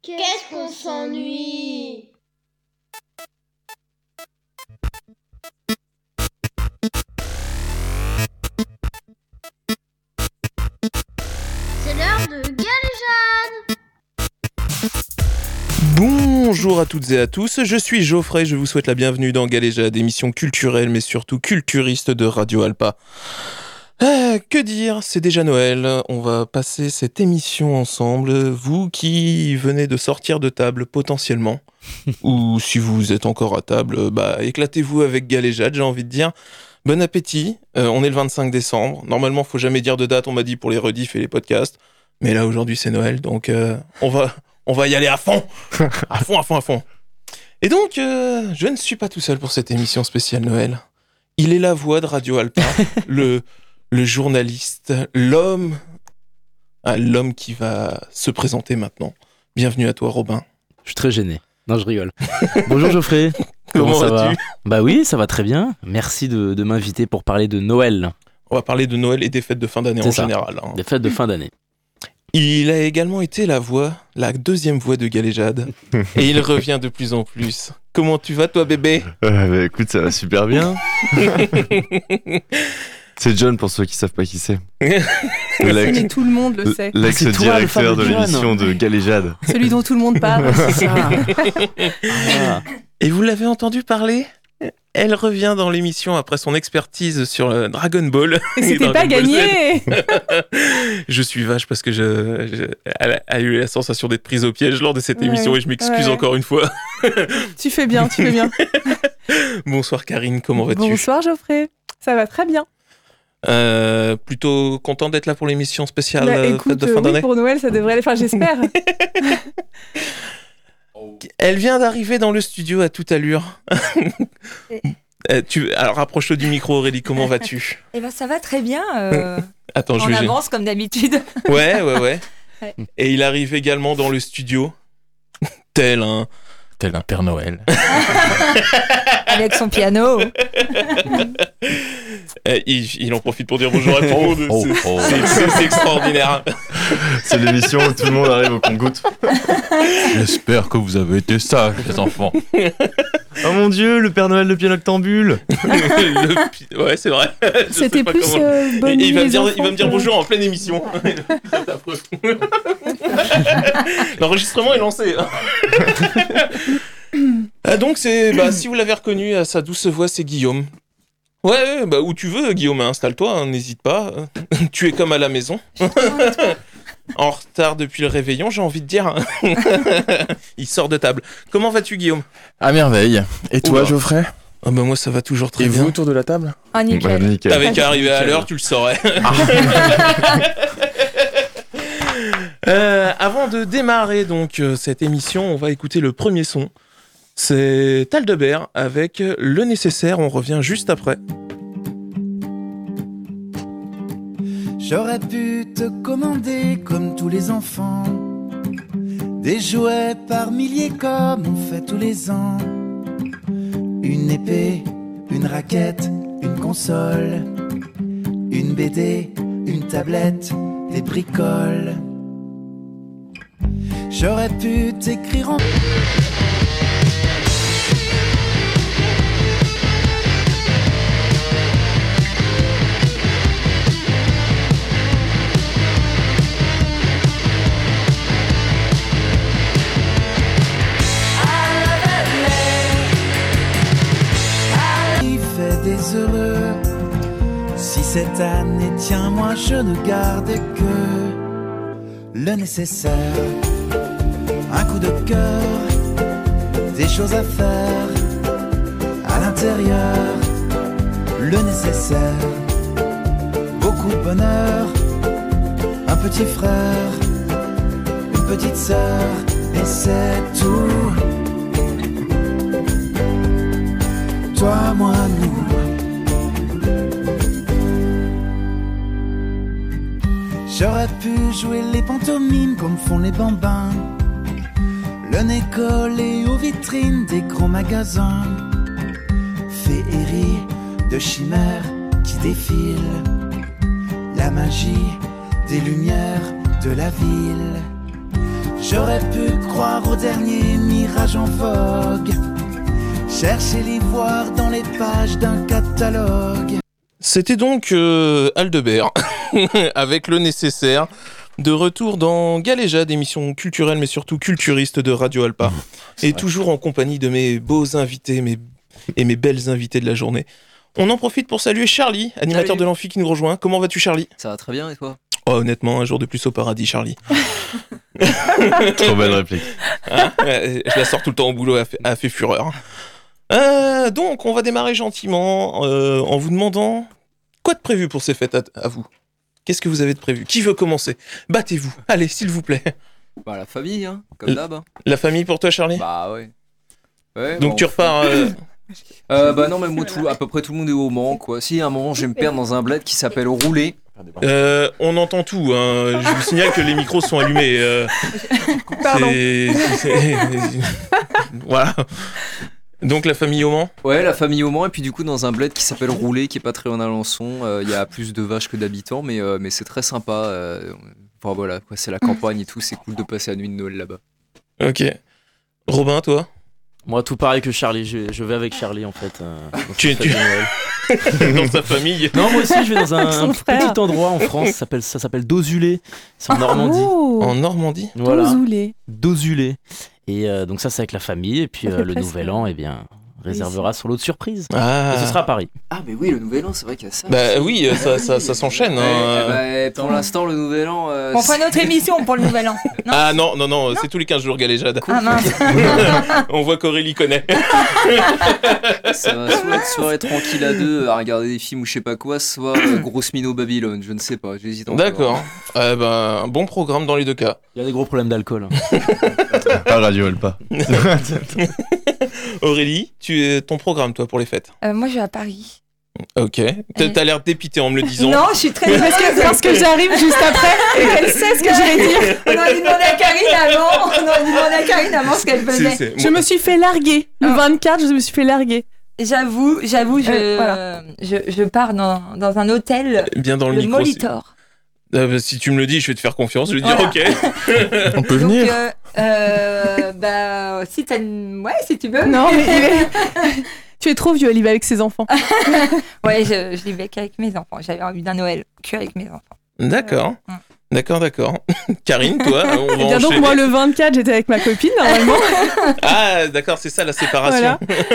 Qu'est-ce qu'on s'ennuie C'est l'heure de Galéjade Bonjour à toutes et à tous, je suis Geoffrey, je vous souhaite la bienvenue dans Galéjade, émission culturelle mais surtout culturiste de Radio Alpa. Ah, que dire, c'est déjà Noël, on va passer cette émission ensemble, vous qui venez de sortir de table potentiellement, ou si vous êtes encore à table, bah éclatez-vous avec Galéjade, j'ai envie de dire. Bon appétit, Euh, on est le 25 décembre, normalement faut jamais dire de date, on m'a dit pour les redifs et les podcasts, mais là aujourd'hui c'est Noël, donc euh, on va on va y aller à fond À fond, à fond, à fond Et donc, euh, je ne suis pas tout seul pour cette émission spéciale Noël. Il est la voix de Radio Alpin, le, le journaliste, l'homme... ah, l'homme qui va se présenter maintenant. Bienvenue à toi, Robin. Je suis très gêné. Non, je rigole. Bonjour Geoffrey. Comment ça vas-tu Bah oui, ça va très bien. Merci de, de m'inviter pour parler de Noël, On va parler de Noël et des fêtes de fin d'année C'est en ça. général. hein. des fêtes de fin d'année. Il a également été la voix, la deuxième voix de Galéjade. et il revient de plus en plus. Comment tu vas, toi, bébé Euh, bah, écoute, ça va super bien. c'est John pour ceux qui savent pas qui c'est. Mais L'ex- tout le monde le sait. Ah, Ah, C'est toi, le L'ex-directeur de fameux l'émission de Galéjade. Celui dont tout le monde parle, c'est ça. Ah, Et vous l'avez entendu parler Elle revient dans l'émission après son expertise sur euh, Dragon Ball. Et Dragon c'était pas Ball gagné Je suis vache parce que je, je- elle a- a eu la sensation d'être prise au piège lors de cette Ouais, émission et je m'excuse ouais. encore une fois. Tu fais bien, tu fais bien. Bonsoir Karine, comment vas-tu Bonsoir Geoffrey. Ça va très bien. Euh, Plutôt content d'être là pour l'émission spéciale Bah, euh, fête écoute, de euh, fin oui, d'année. pour Noël, ça devrait aller. Enfin, j'espère. Elle vient d'arriver dans le studio à toute allure. Euh, tu, alors rapproche-toi du micro Aurélie, comment vas-tu Eh ben ça va très bien. euh, Attends, je en vais gêner. avance comme d'habitude. Ouais, ouais, ouais. Ouais. Et il arrive également dans le studio, tel un, Tel un Père Noël. Avec son piano. Euh, Eh, il, il en profite pour dire bonjour à tout le monde. Oh, C'est- oh. c'est- C'est c'est extraordinaire. C'est l'émission où tout le monde arrive au compte J'espère que vous avez été sages, les enfants. Oh mon dieu, le Père Noël de Euh, Pianoctambule Le pi- ouais, c'est vrai. Je sais C'était pas plus comment- euh, bonne Et- et il, va nuit me les dire, il enfants va me dire que- bonjour en pleine émission. C'est affreux. L'enregistrement est lancé. hein. Ah, donc, c'est, bah, si vous l'avez reconnu, à sa douce voix, c'est Guillaume. Ouais, ouais, bah, où tu veux, Guillaume, hein, installe-toi, hein, n'hésite pas. tu es comme à la maison. en retard depuis le réveillon, j'ai envie de dire. il sort de table. Comment vas-tu, Guillaume À merveille. Et toi, Oula. Geoffrey ah bah, Moi, ça va toujours très Et bien. vous autour de la table Ah, Bah, nickel. nickel. T'avais qu'à arriver à l'heure, tu le saurais. Euh, avant de démarrer donc euh, cette émission, on va écouter le premier son. C'est Taldebert avec Le Nécessaire. On revient juste après. J'aurais pu te commander comme tous les enfants des jouets par milliers comme on fait tous les ans. Une épée, une raquette, une console, une BD, une tablette, des bricoles. J'aurais pu t'écrire en qui fait des heureux. Si cette année, tiens, moi je ne garde que le nécessaire. Un coup de cœur, des choses à faire à l'intérieur, le nécessaire. Beaucoup de bonheur, un petit frère, une petite sœur, et c'est tout. toi, moi, nous. J'aurais pu jouer les pantomimes comme font les bambins. Le nez collé aux vitrines des grands magasins. Féerie de chimères qui défilent. La magie des lumières de la ville. J'aurais pu croire au dernier mirage en vogue. Chercher l'ivoire dans les pages d'un catalogue. C'était donc euh, Aldebert, avec le nécessaire, de retour dans Galéjade, émission culturelle mais surtout culturiste de Radio Alpa. Mmh, et toujours en compagnie de mes beaux invités mes... et mes belles invitées de la journée. On en profite pour saluer Charlie, animateur Salut. de l'amphi qui nous rejoint. Comment vas-tu Charlie Ça va très bien et toi Oh honnêtement, un jour de plus au paradis Charlie. Trop belle réplique. Hein Ouais, Je la sors tout le temps au boulot, elle fait, elle fait fureur. Euh, donc on va démarrer gentiment euh, en vous demandant quoi de prévu pour ces fêtes à, à vous Qu'est-ce que vous avez de prévu Qui veut commencer Battez-vous, allez s'il vous plaît. Bah la famille, hein, comme L- d'hab. hein. La famille pour toi, Charlie Bah ouais. Ouais, Donc bah, tu on- repars. euh, Euh, bah non, mais moi, tout, à peu près tout le monde est au Mans, quoi. Si à un moment, je vais me perdre dans un bled qui s'appelle Rouler. euh, on entend tout. hein. Je vous signale que les micros sont allumés. euh, Pardon. c'est- c'est- voilà. Donc la famille au Mans. Ouais, la famille au Mans, et puis du coup, dans un bled qui s'appelle Rouler, qui est pas très en Alençon. Euh, Il y a plus de vaches que d'habitants, mais, euh, mais c'est très sympa. euh, Enfin voilà, quoi, c'est la campagne et tout, c'est cool de passer la nuit de Noël là-bas. Ok. Robin, toi Moi, tout pareil que Charlie. Je, je vais avec Charlie en fait. euh, dans Tu- cette tu- famille Noël. Dans sa famille. Non, moi aussi, je vais dans Avec son un frère. petit endroit en France. Ça s'appelle ça s'appelle Dozulé. C'est en Normandie. Oh, En Normandie Voilà. Zoulé. Dozulé. Et euh, donc ça, c'est avec la famille. Et puis Ça euh, fait le presque. nouvel an, eh bien, réservera sur l'autre surprise. Ah. Et ce sera à Paris. Ah, mais oui, le nouvel an, c'est vrai qu'il y a ça. eh ben, Bah oui, euh, ça, ça, ça s'enchaîne. hein. pour l'instant, le nouvel an. euh, On fera une autre émission pour le nouvel an. eh ben, Non Ah non, non, non, c'est tous les 15 jours, Galéjade. Ah mince. On voit qu'Aurélie connaît. Ça va soit être soirée tranquille à deux, à regarder des films ou je sais pas quoi, soit euh, grosse mine au Babylone, je ne sais pas, j'hésite encore. D'accord. Eh ben, un bon programme dans les deux cas. Il y a des gros problèmes d'alcool. hein. Pas Radio Alpa. Aurélie, tu es ton programme, toi, pour les fêtes Euh, moi, je vais à Paris. Ok. T'as Mm. t'as l'air dépité en me le disant. Non, je suis très Parce que, parce que j'arrive juste après et qu'elle sait ce que je vais dire. On aurait dû demander à Karine avant. On aurait dû demander à Karine avant ce qu'elle C'est- faisait. c'est- Je me suis fait larguer. Le 24, je me suis fait larguer. Ah. J'avoue, j'avoue, je, Euh, je, je pars dans, dans un hôtel, Euh, Bien dans le, le micro. c'est- Molitor. Ah bah, si tu me le dis, je vais te faire confiance. Je vais te Voilà. dire ok. On peut Donc, venir. euh, euh, bah, si t'as une- Ouais, si tu veux. Non, mais il est- tu es trop vieux, elle y va avec ses enfants. Ouais, je, je l'ai vécu avec mes enfants. J'avais envie d'un Noël que avec mes enfants. euh, D'accord. Mm. D'accord, d'accord. Karine, toi, on va Eh bien donc enchaîner. moi le 24 j'étais avec ma copine normalement. Ah, d'accord, c'est ça la voilà. séparation.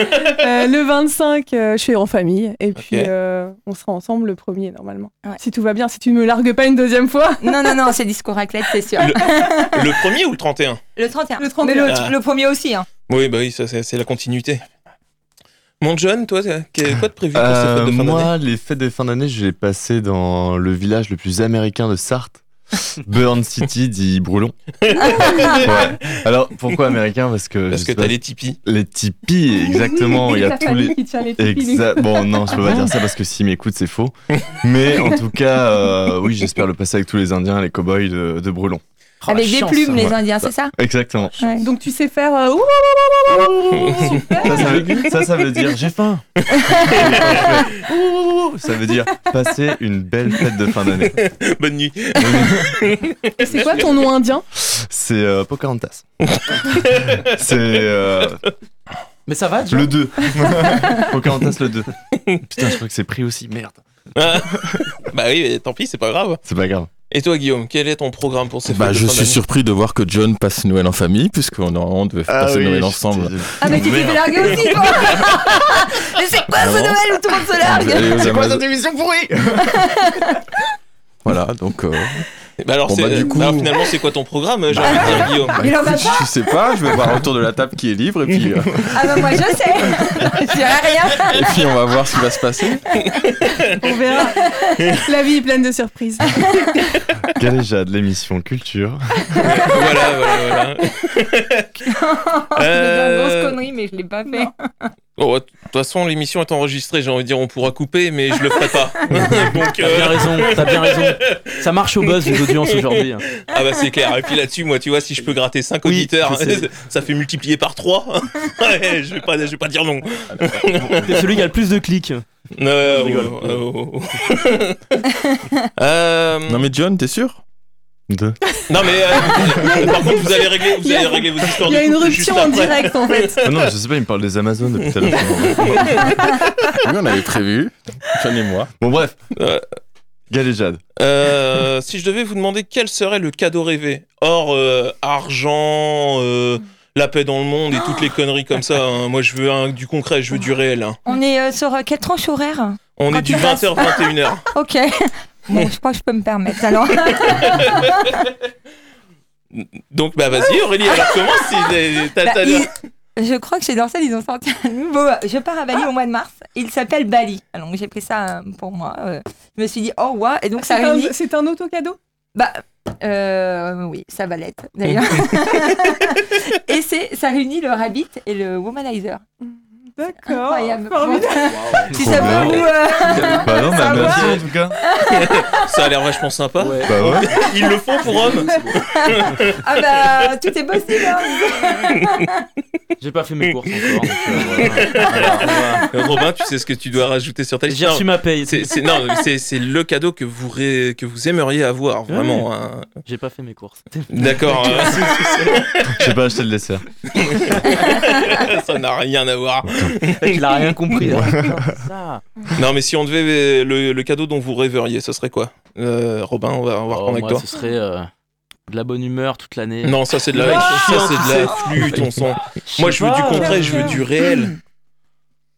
Euh, le 25 euh, je suis en famille et puis Ok. euh, on sera ensemble le premier normalement. Ouais. Si tout va bien, si tu ne me largues pas une deuxième fois. Non, non, non, c'est discours raclette, c'est sûr. Le- Le premier ou le 31 Le 31. Le 31. Mais le, Ah. le premier aussi. Hein. Oui, bah oui, ça, c'est c'est la continuité. Mon John, toi, t'as- qu'est- quoi de prévu pour ces fêtes de fin d'année Euh, moi, les fêtes de fin d'année, je les ai passées dans le village le plus américain de Sarthe. Burn City dit Brulon. Ah, Ouais. Alors pourquoi américain Parce que, Parce je que sais t'as pas, les tipis. les tipis, exactement. Il y a tous les, qui tient les Exa- bon, non, je peux pas dire ça parce que s'ils m'écoutent, c'est faux. Mais en tout cas, euh, oui, j'espère le passer avec tous les Indiens, les cow-boys de, de Brelon. Oh, la avec des chance. plumes, les Ouais. Bah, Indiens, c'est ça Exactement. Donc tu sais faire euh, Ouh, Oh, Ça, ça, veut, ça, ça veut dire j'ai faim. Ouh, ça veut dire passer une belle fête de fin d'année. Bonne nuit. Et c'est quoi ton nom indien C'est euh, Pocahontas. C'est euh, Mais ça va, le 2. Pocahontas le 2. Putain, je crois que c'est pris aussi, merde. Ah. bah oui, mais tant pis, c'est pas grave. C'est pas grave. Et toi, Guillaume, quel est ton programme pour ces fêtes Bah, de je fin suis d'année surpris de voir que John passe Noël en famille, puisqu'on on devait passer oui, Noël je- ensemble. Ah, mais tu t'es Merde. fait larguer aussi, toi Mais c'est quoi ce Vraiment Noël où tout le monde se largue Allez aux Amazo- émission pourrie Voilà, donc euh, Bah alors, Bon, c'est- bah, du euh, coup- alors, finalement, c'est quoi ton programme, euh, j'ai envie de dire, Guillaume Bah, Il en va pas je sais pas, je vais voir autour de la table qui est libre et puis, euh, Ah, bah, moi, je sais Je dirais rien et puis on va voir ce qui va se passer. On verra. La vie est pleine de surprises. Galéjade, l'émission culture. Voilà, Euh, voilà, voilà. Je vais dire une Euh, grosse connerie, mais je l'ai pas fait. Bon, Oh, de toute façon, l'émission est enregistrée, j'ai envie de dire, on pourra couper, mais je le ferai pas. Donc, T'as euh, bien raison, t'as bien raison. Ça marche au buzz les audiences Bah, aujourd'hui. hein. ah bah c'est clair. Et puis là-dessus, moi, tu vois, si je peux gratter 5 Oui, auditeurs, je sais. ça fait multiplier par 3. ouais, je vais pas, je vais pas dire non. T'es celui qui a le plus de clics. Euh, Je rigole. oh, oh, oh. Euh, Non mais John, t'es sûr Deux. Non, mais euh, par contre, vous allez régler, vous Il y a- allez régler vos histoires Il y a de une couple juste rupture en après. direct en fait. Ah non, je sais pas, il me parle des Amazones depuis tout à l'heure. Oui, on avait prévu. John et moi. Bon, bref. Euh. Galéjade. Euh, si je devais vous demander quel serait le cadeau rêvé, hors euh, argent, euh, la paix dans le monde et toutes les conneries comme ça, hein. moi je veux un- du concret, je veux du réel. hein. On est euh, sur euh, quelle tranche horaire On Quand est du tu 20h 21h. Ok. Bon, je crois que je peux me permettre alors. Donc bah vas-y Aurélie, alors commence si t'as- Bah, t'as- ils- Je crois que chez Dorsal, ils ont sorti un nouveau. euh, Je pars à Bali au mois de mars. Il s'appelle Bali. Alors, j'ai pris ça euh, pour moi. euh. Je me suis dit, oh, ouais. Et donc, ça C'est un, réunit. c'est un auto-cadeau Bah, euh, oui, ça va l'être, d'ailleurs. et c'est, ça réunit le Rabbit et le Womanizer. Mm. D'accord. Incroyable. Formidable. Si ça Trop peut bien. vous. euh, Bah non, Ça mais merci va. en tout cas. ça a l'air vachement sympa. Bah ouais. Ils le font pour hommes. Ah, bah, tout est possible. hein. J'ai pas fait mes courses encore. donc, euh, voilà. Euh, Robin, tu sais ce que tu dois rajouter sur ta liste. J'ai reçu ma paye. C'est, c'est- non, mais c'est, c'est le cadeau que vous, ré- que vous aimeriez avoir, vraiment. hein. J'ai pas fait mes courses. D'accord, euh, J'ai pas acheté le dessert. ça n'a rien à voir. Il a rien compris. là. Ça. Non, mais si on devait euh, le, le cadeau dont vous rêveriez, ce serait quoi Euh, Robin, on va, Oh, on va reprendre avec moi, toi. ce serait euh, de la bonne humeur toute l'année. Non, ça c'est de la, Ouais, ça, chiant, tu c'est de la flûte, on sent. sais Moi, je veux du pas, concret, euh, je veux du réel.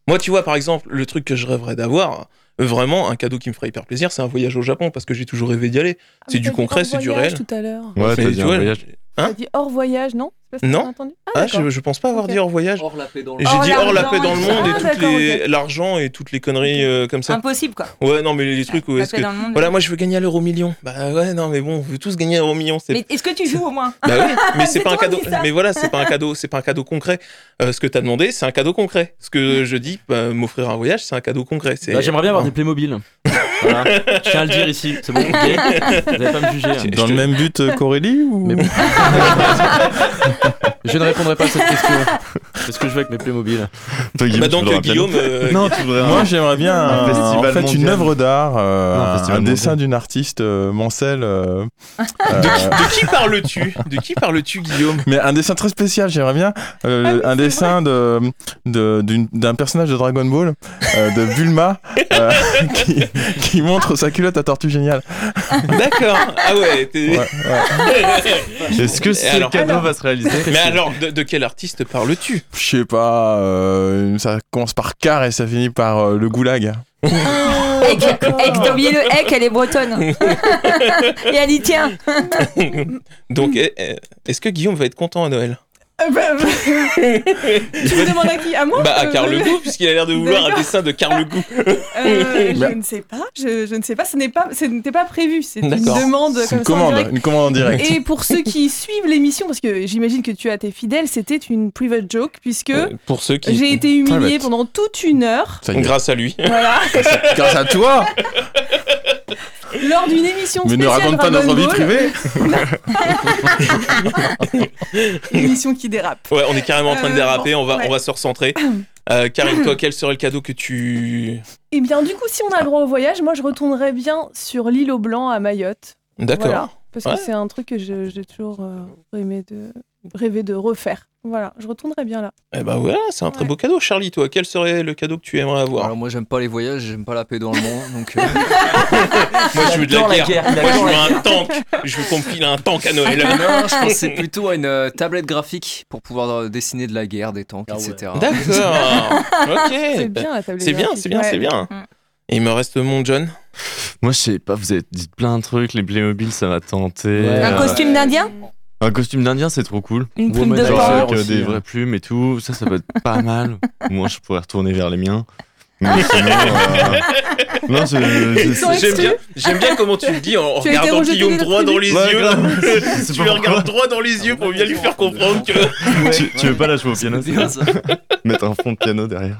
Moi, tu vois, par exemple, le truc que je rêverais d'avoir, euh, vraiment, un cadeau qui me ferait hyper plaisir, c'est un voyage au Japon, parce que j'ai toujours rêvé d'y aller. Ah, C'est du concret, c'est du réel. Tout à l'heure. Ouais, Mais t'as tu dit un vois, voyage. Hein T'as dit hors voyage, non C'est pas ce que Non. t'as entendu Ah, Ah, d'accord. je, je pense pas avoir Ok. Oh dit hors voyage. Hors la paix dans le J'ai Hors dit hors la paix dans le l'argent, monde et Oh, ah, toutes d'accord, les l'argent et toutes les conneries euh, comme ça. Impossible, quoi. Ouais, non, mais les trucs où La est-ce paix que dans le monde. voilà, moi je veux gagner à l'euro million. Bah ouais, non, mais bon, on veut tous gagner à l'euro million, c'est Mais est-ce que tu joues au moins Bah oui, mais c'est C'est pas un toi cadeau. qui dis ça. Mais voilà, c'est pas un cadeau, c'est pas un cadeau concret. Euh, ce que t'as demandé, c'est un cadeau concret. Ce que je dis, bah, m'offrir un voyage, c'est un cadeau concret. C'est. Bah, J'aimerais bien avoir des Playmobil. voilà. Je tiens à le dire ici. C'est bon, ok. Vous allez pas me juger. hein. Dans le même but euh, qu'Aurélie ou Je ne répondrai pas à cette question. Qu'est-ce que je veux avec mes Playmobil Bah donc euh, Guillaume, euh, Non, tu voudrais. Moi, un- j'aimerais bien Un un- festival en fait, une mondial. œuvre d'art, euh, Non, un un- un, festival mondial. dessin d'une artiste euh, Mancel. euh, euh, de qui parles-tu De qui parles-tu, Guillaume mais un dessin très spécial, j'aimerais bien euh, Ah oui, un c'est dessin de de- d'une- d'un personnage de Dragon Ball, euh, de Bulma, euh, qui, qui montre sa culotte à tortue géniale. D'accord. Ah ouais. t'es- Ouais, ouais. Est-ce que ce Alors- cadeau va se réaliser Mais alors, de, de quel artiste parles-tu Je sais pas, euh, ça commence par car et ça finit par euh, le goulag. Egg, egg, t'as oublié le egg, elle est bretonne. Et elle y tient. Hmm. Donc, eh, eh, est-ce que Guillaume va être content à Noël Ah, bah, bah, tu me demandes à qui À moi Bah à Euh, Carl Legou, puisqu'il a l'air de vouloir un dessin de Carl Legou. Euh, Bah. je ne sais pas, je, je ne sais pas, ce n'est pas, ce n'était pas prévu, c'est une D'accord. demande C'est comme une ça en commande, direct. une commande en direct. Et pour ceux qui suivent l'émission, parce que j'imagine que tu as tes fidèles, c'était une private joke, puisque Euh, Pour ceux qui. j'ai été humiliée Private. pendant toute une heure, Ça y est. Grâce à lui. voilà, Grâce à toi lors d'une émission Mais ne spéciale raconte pas Dragon notre vie Ball, privée émission qui dérape. Ouais, on est carrément en train de Euh, déraper, on, va, ouais. on va se recentrer. Euh, Karine, toi, quel serait le cadeau que tu. Et Eh bien du coup, si on a le droit au voyage, moi je retournerais bien sur l'île au blanc à Mayotte, D'accord. Voilà, parce que Ouais. c'est un truc que je- j'ai toujours euh, aimé de rêvé de refaire. Voilà, je retournerais bien là. Eh ben voilà, c'est un très Ouais. beau cadeau, Charlie. Toi, quel serait le cadeau que tu aimerais avoir Alors moi j'aime pas les voyages, j'aime pas la paix dans le monde, donc euh, Moi, je veux de la J'adore guerre. il Moi, je adore veux la guerre. Ah, un tank. Je veux qu'on me file un tank à Noël. Non, je pensais plutôt à une euh, tablette graphique pour pouvoir euh, dessiner de la guerre, des tanks, Ah ouais. etc. D'accord. C'est Ok. bien la table. C'est bien, c'est bien, c'est bien. Mm. Et il me reste mon John. Moi, je sais pas, vous avez dit plein de trucs, les Playmobil, ça m'a tenté. Ouais. Un Euh, costume d'Indien un costume d'Indien, c'est trop cool. Une plume de Womanizer. Genre porc avec euh, aussi, des hein. vraies plumes et tout, ça, ça peut être pas mal. Moi, je pourrais retourner vers les miens. Mais sinon, euh, Non, je- je- sont J'aime exclus. bien, j'aime bien comment tu le dis en, en Tu as été regardant rejeté Guillaume de droit dans les Ouais, yeux. grave. C'est tu pas le pourquoi. regardes droit dans les yeux pour bien lui faire comprendre que. tu, tu veux pas la jouer au piano c'est ça Mettre un fond de piano derrière.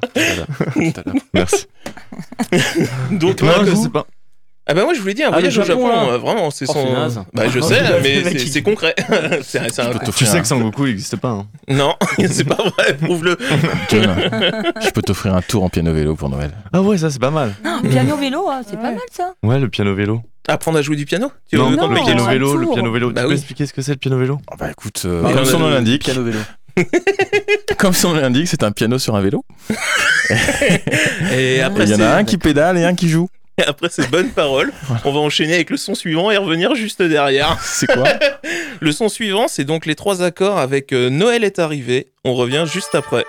Merci. Donc, Non, moi, je que- sais pas. Ah bah moi je voulais dire un Ah, le voyage au Japon, Japon, là. euh, vraiment c'est Oh, son. c'est naze. Bah je Oh, sais, le mais mec, c'est- il- c'est concret. c'est un- c'est un- Tu sais que Sangoku, il n'existe pas. hein. Non, c'est pas vrai, prouve-le. John, je peux t'offrir un tour en piano-vélo pour Noël. Ah ouais, ça, c'est pas mal. Piano vélo, hein, c'est Ouais. pas mal ça. Ouais, le piano vélo. Apprendre à jouer du piano Tu Non, veux le compliquer piano vélo, le piano vélo. Bah tu peux oui. Ah expliquer ce que c'est le piano vélo Bah écoute, euh, Piano comme son nom vélo, l'indique, Piano vélo. comme son nom l'indique, c'est un piano sur un vélo. Et Et après, il y en c'est- a un qui pédale et un qui joue. après ces bonnes paroles, on va enchaîner avec le son suivant et revenir juste derrière. C'est quoi Le son suivant, c'est donc les trois accords avec euh, Noël est arrivé. On revient juste après.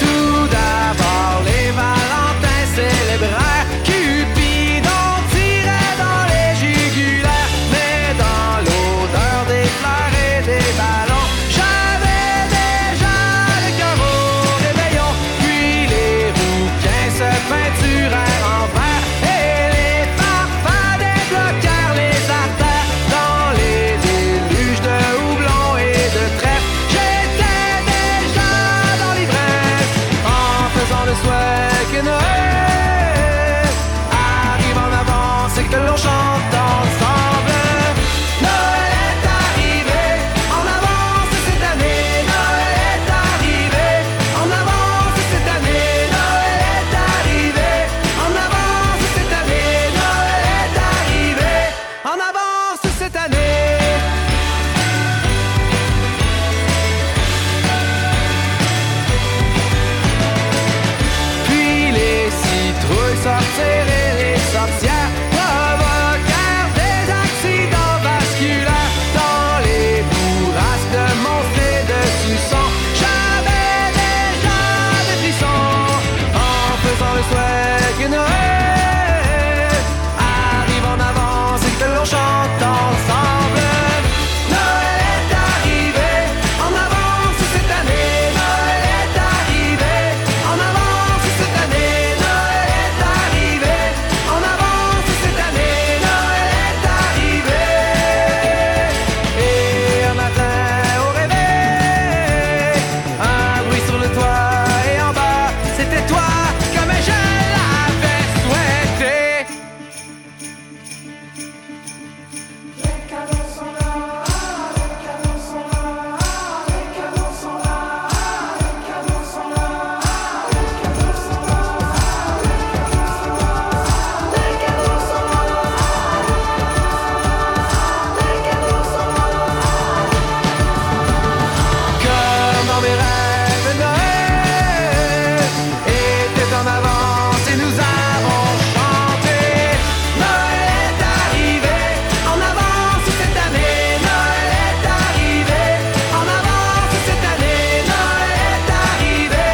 Tout d'abord, les Valentins célébrèrent Cupidon tirait dans les jugulaires Mais dans l'odeur des fleurs et des ballons J'avais déjà le cœur au réveillon Puis les rouquins se peinturèrent en vert Et les parfums débloquèrent les artères Dans les déluges de houblon et de trèfle J'étais déjà dans l'ivresse En faisant le souhait que Noël Arrive en avance et que l'on chante ensemble Noël est arrivé En avance cette année Noël est arrivé En avance cette année Noël est arrivé En avance cette année Noël est arrivé En avance cette année Puis les citrouilles sortirent et les sorcières provoquèrent des accidents vasculaires dans les bourrasques de monstres et de Suçon. J'avais déjà des frissons en faisant le souhait que Noël arrive en avance et que l'on chante ensemble. Noël est arrivé en avance cette année. Noël est arrivé en avance cette année. Noël est arrivé en avance cette année. Noël est arrivé et un matin au réveil, un bruit sur le toit et en bas, c'était toi comme je l'avais souhaité. Comme dans mes rêves, Noël était en avance et nous avons chanté. Noël est arrivé en avance cette année. Noël est arrivé en avance cette année. Noël est arrivé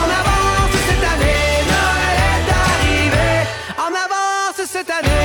en avance cette année. Noël est arrivé en avance cette année.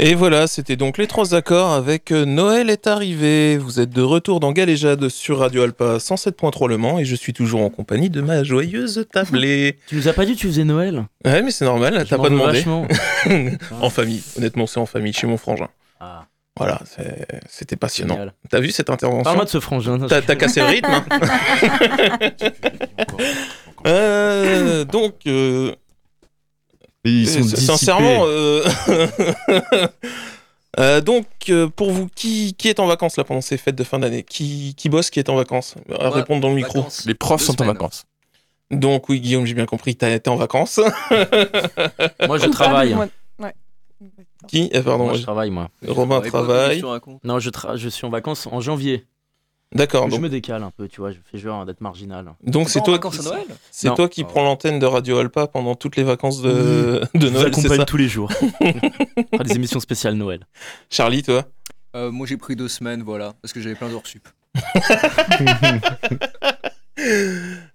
Et voilà, c'était donc les trois accords avec euh, Noël est arrivé. Vous êtes de retour dans Galéjade sur Radio Alpa 107.3 Le Mans et je suis toujours en compagnie de ma joyeuse tablée. Tu nous as pas dit que tu faisais Noël Ouais, mais c'est normal, Je t'as m'en pas veux demandé. vachement. en famille, honnêtement, c'est en famille, chez mon frangin. Ah, Voilà, c'est- c'était passionnant. génial. T'as vu cette intervention Parle-moi de ce frangin. T'as t'as cassé le rythme hein Euh, Donc, euh, Ils sont euh, dissipés. sincèrement, euh, euh, donc euh, pour vous, qui, qui est en vacances là pendant ces fêtes de fin d'année qui, qui bosse, qui est en vacances À Moi, Répondre dans le micro. vacances, Les profs deux sont en semaines. vacances. Donc oui, Guillaume, j'ai bien compris, t'as été en vacances. Moi, je Ou pas, travaille. dites-moi- Ouais. qui Eh, Pardon, Moi, je travaille, moi. Romain Ouais, quoi, travaille. qu'est-ce que tu racontes Non, je, tra- je suis en vacances en janvier. D'accord, Je donc me décale un peu, tu vois. Je fais genre d'être marginal. donc c'est Pas en toi, vacances à Noël c'est Non. Oh. toi qui Ah ouais. prends l'antenne de Radio Alpa pendant toutes les vacances de, de Je vous Noël, c'est Mmh. accompagne ça tous les jours. Ah, des émissions spéciales Noël. Charlie, toi Euh, Moi j'ai pris deux semaines, voilà, parce que j'avais plein d'heures sup.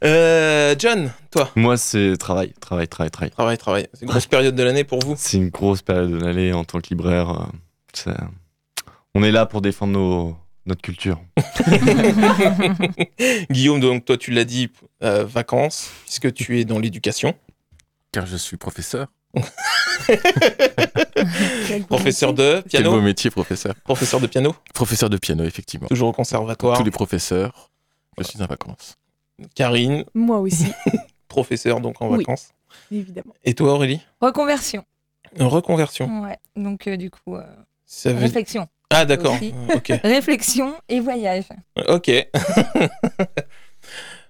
Euh, John, toi Moi, c'est travail, travail, travail, travail. Travail, travail. C'est une grosse période de l'année pour vous. C'est une grosse période de l'année en tant que libraire. euh, c'est- On est là pour défendre nos- notre culture. Guillaume, donc toi, tu l'as dit, euh, vacances, puisque tu es dans l'éducation. Car je suis professeur. professeur de Quel piano beau métier, professeur. Professeur de piano Professeur de piano, effectivement. Toujours au conservatoire. Tous les professeurs. Je suis en vacances. Karine, Moi aussi, professeur donc en Oui. vacances. évidemment. Et toi Aurélie Reconversion. Une reconversion. Ouais. Donc, euh, du coup, euh, Ça veut- réflexion. Ah d'accord. Aussi. Ok. Réflexion et voyage. Ok.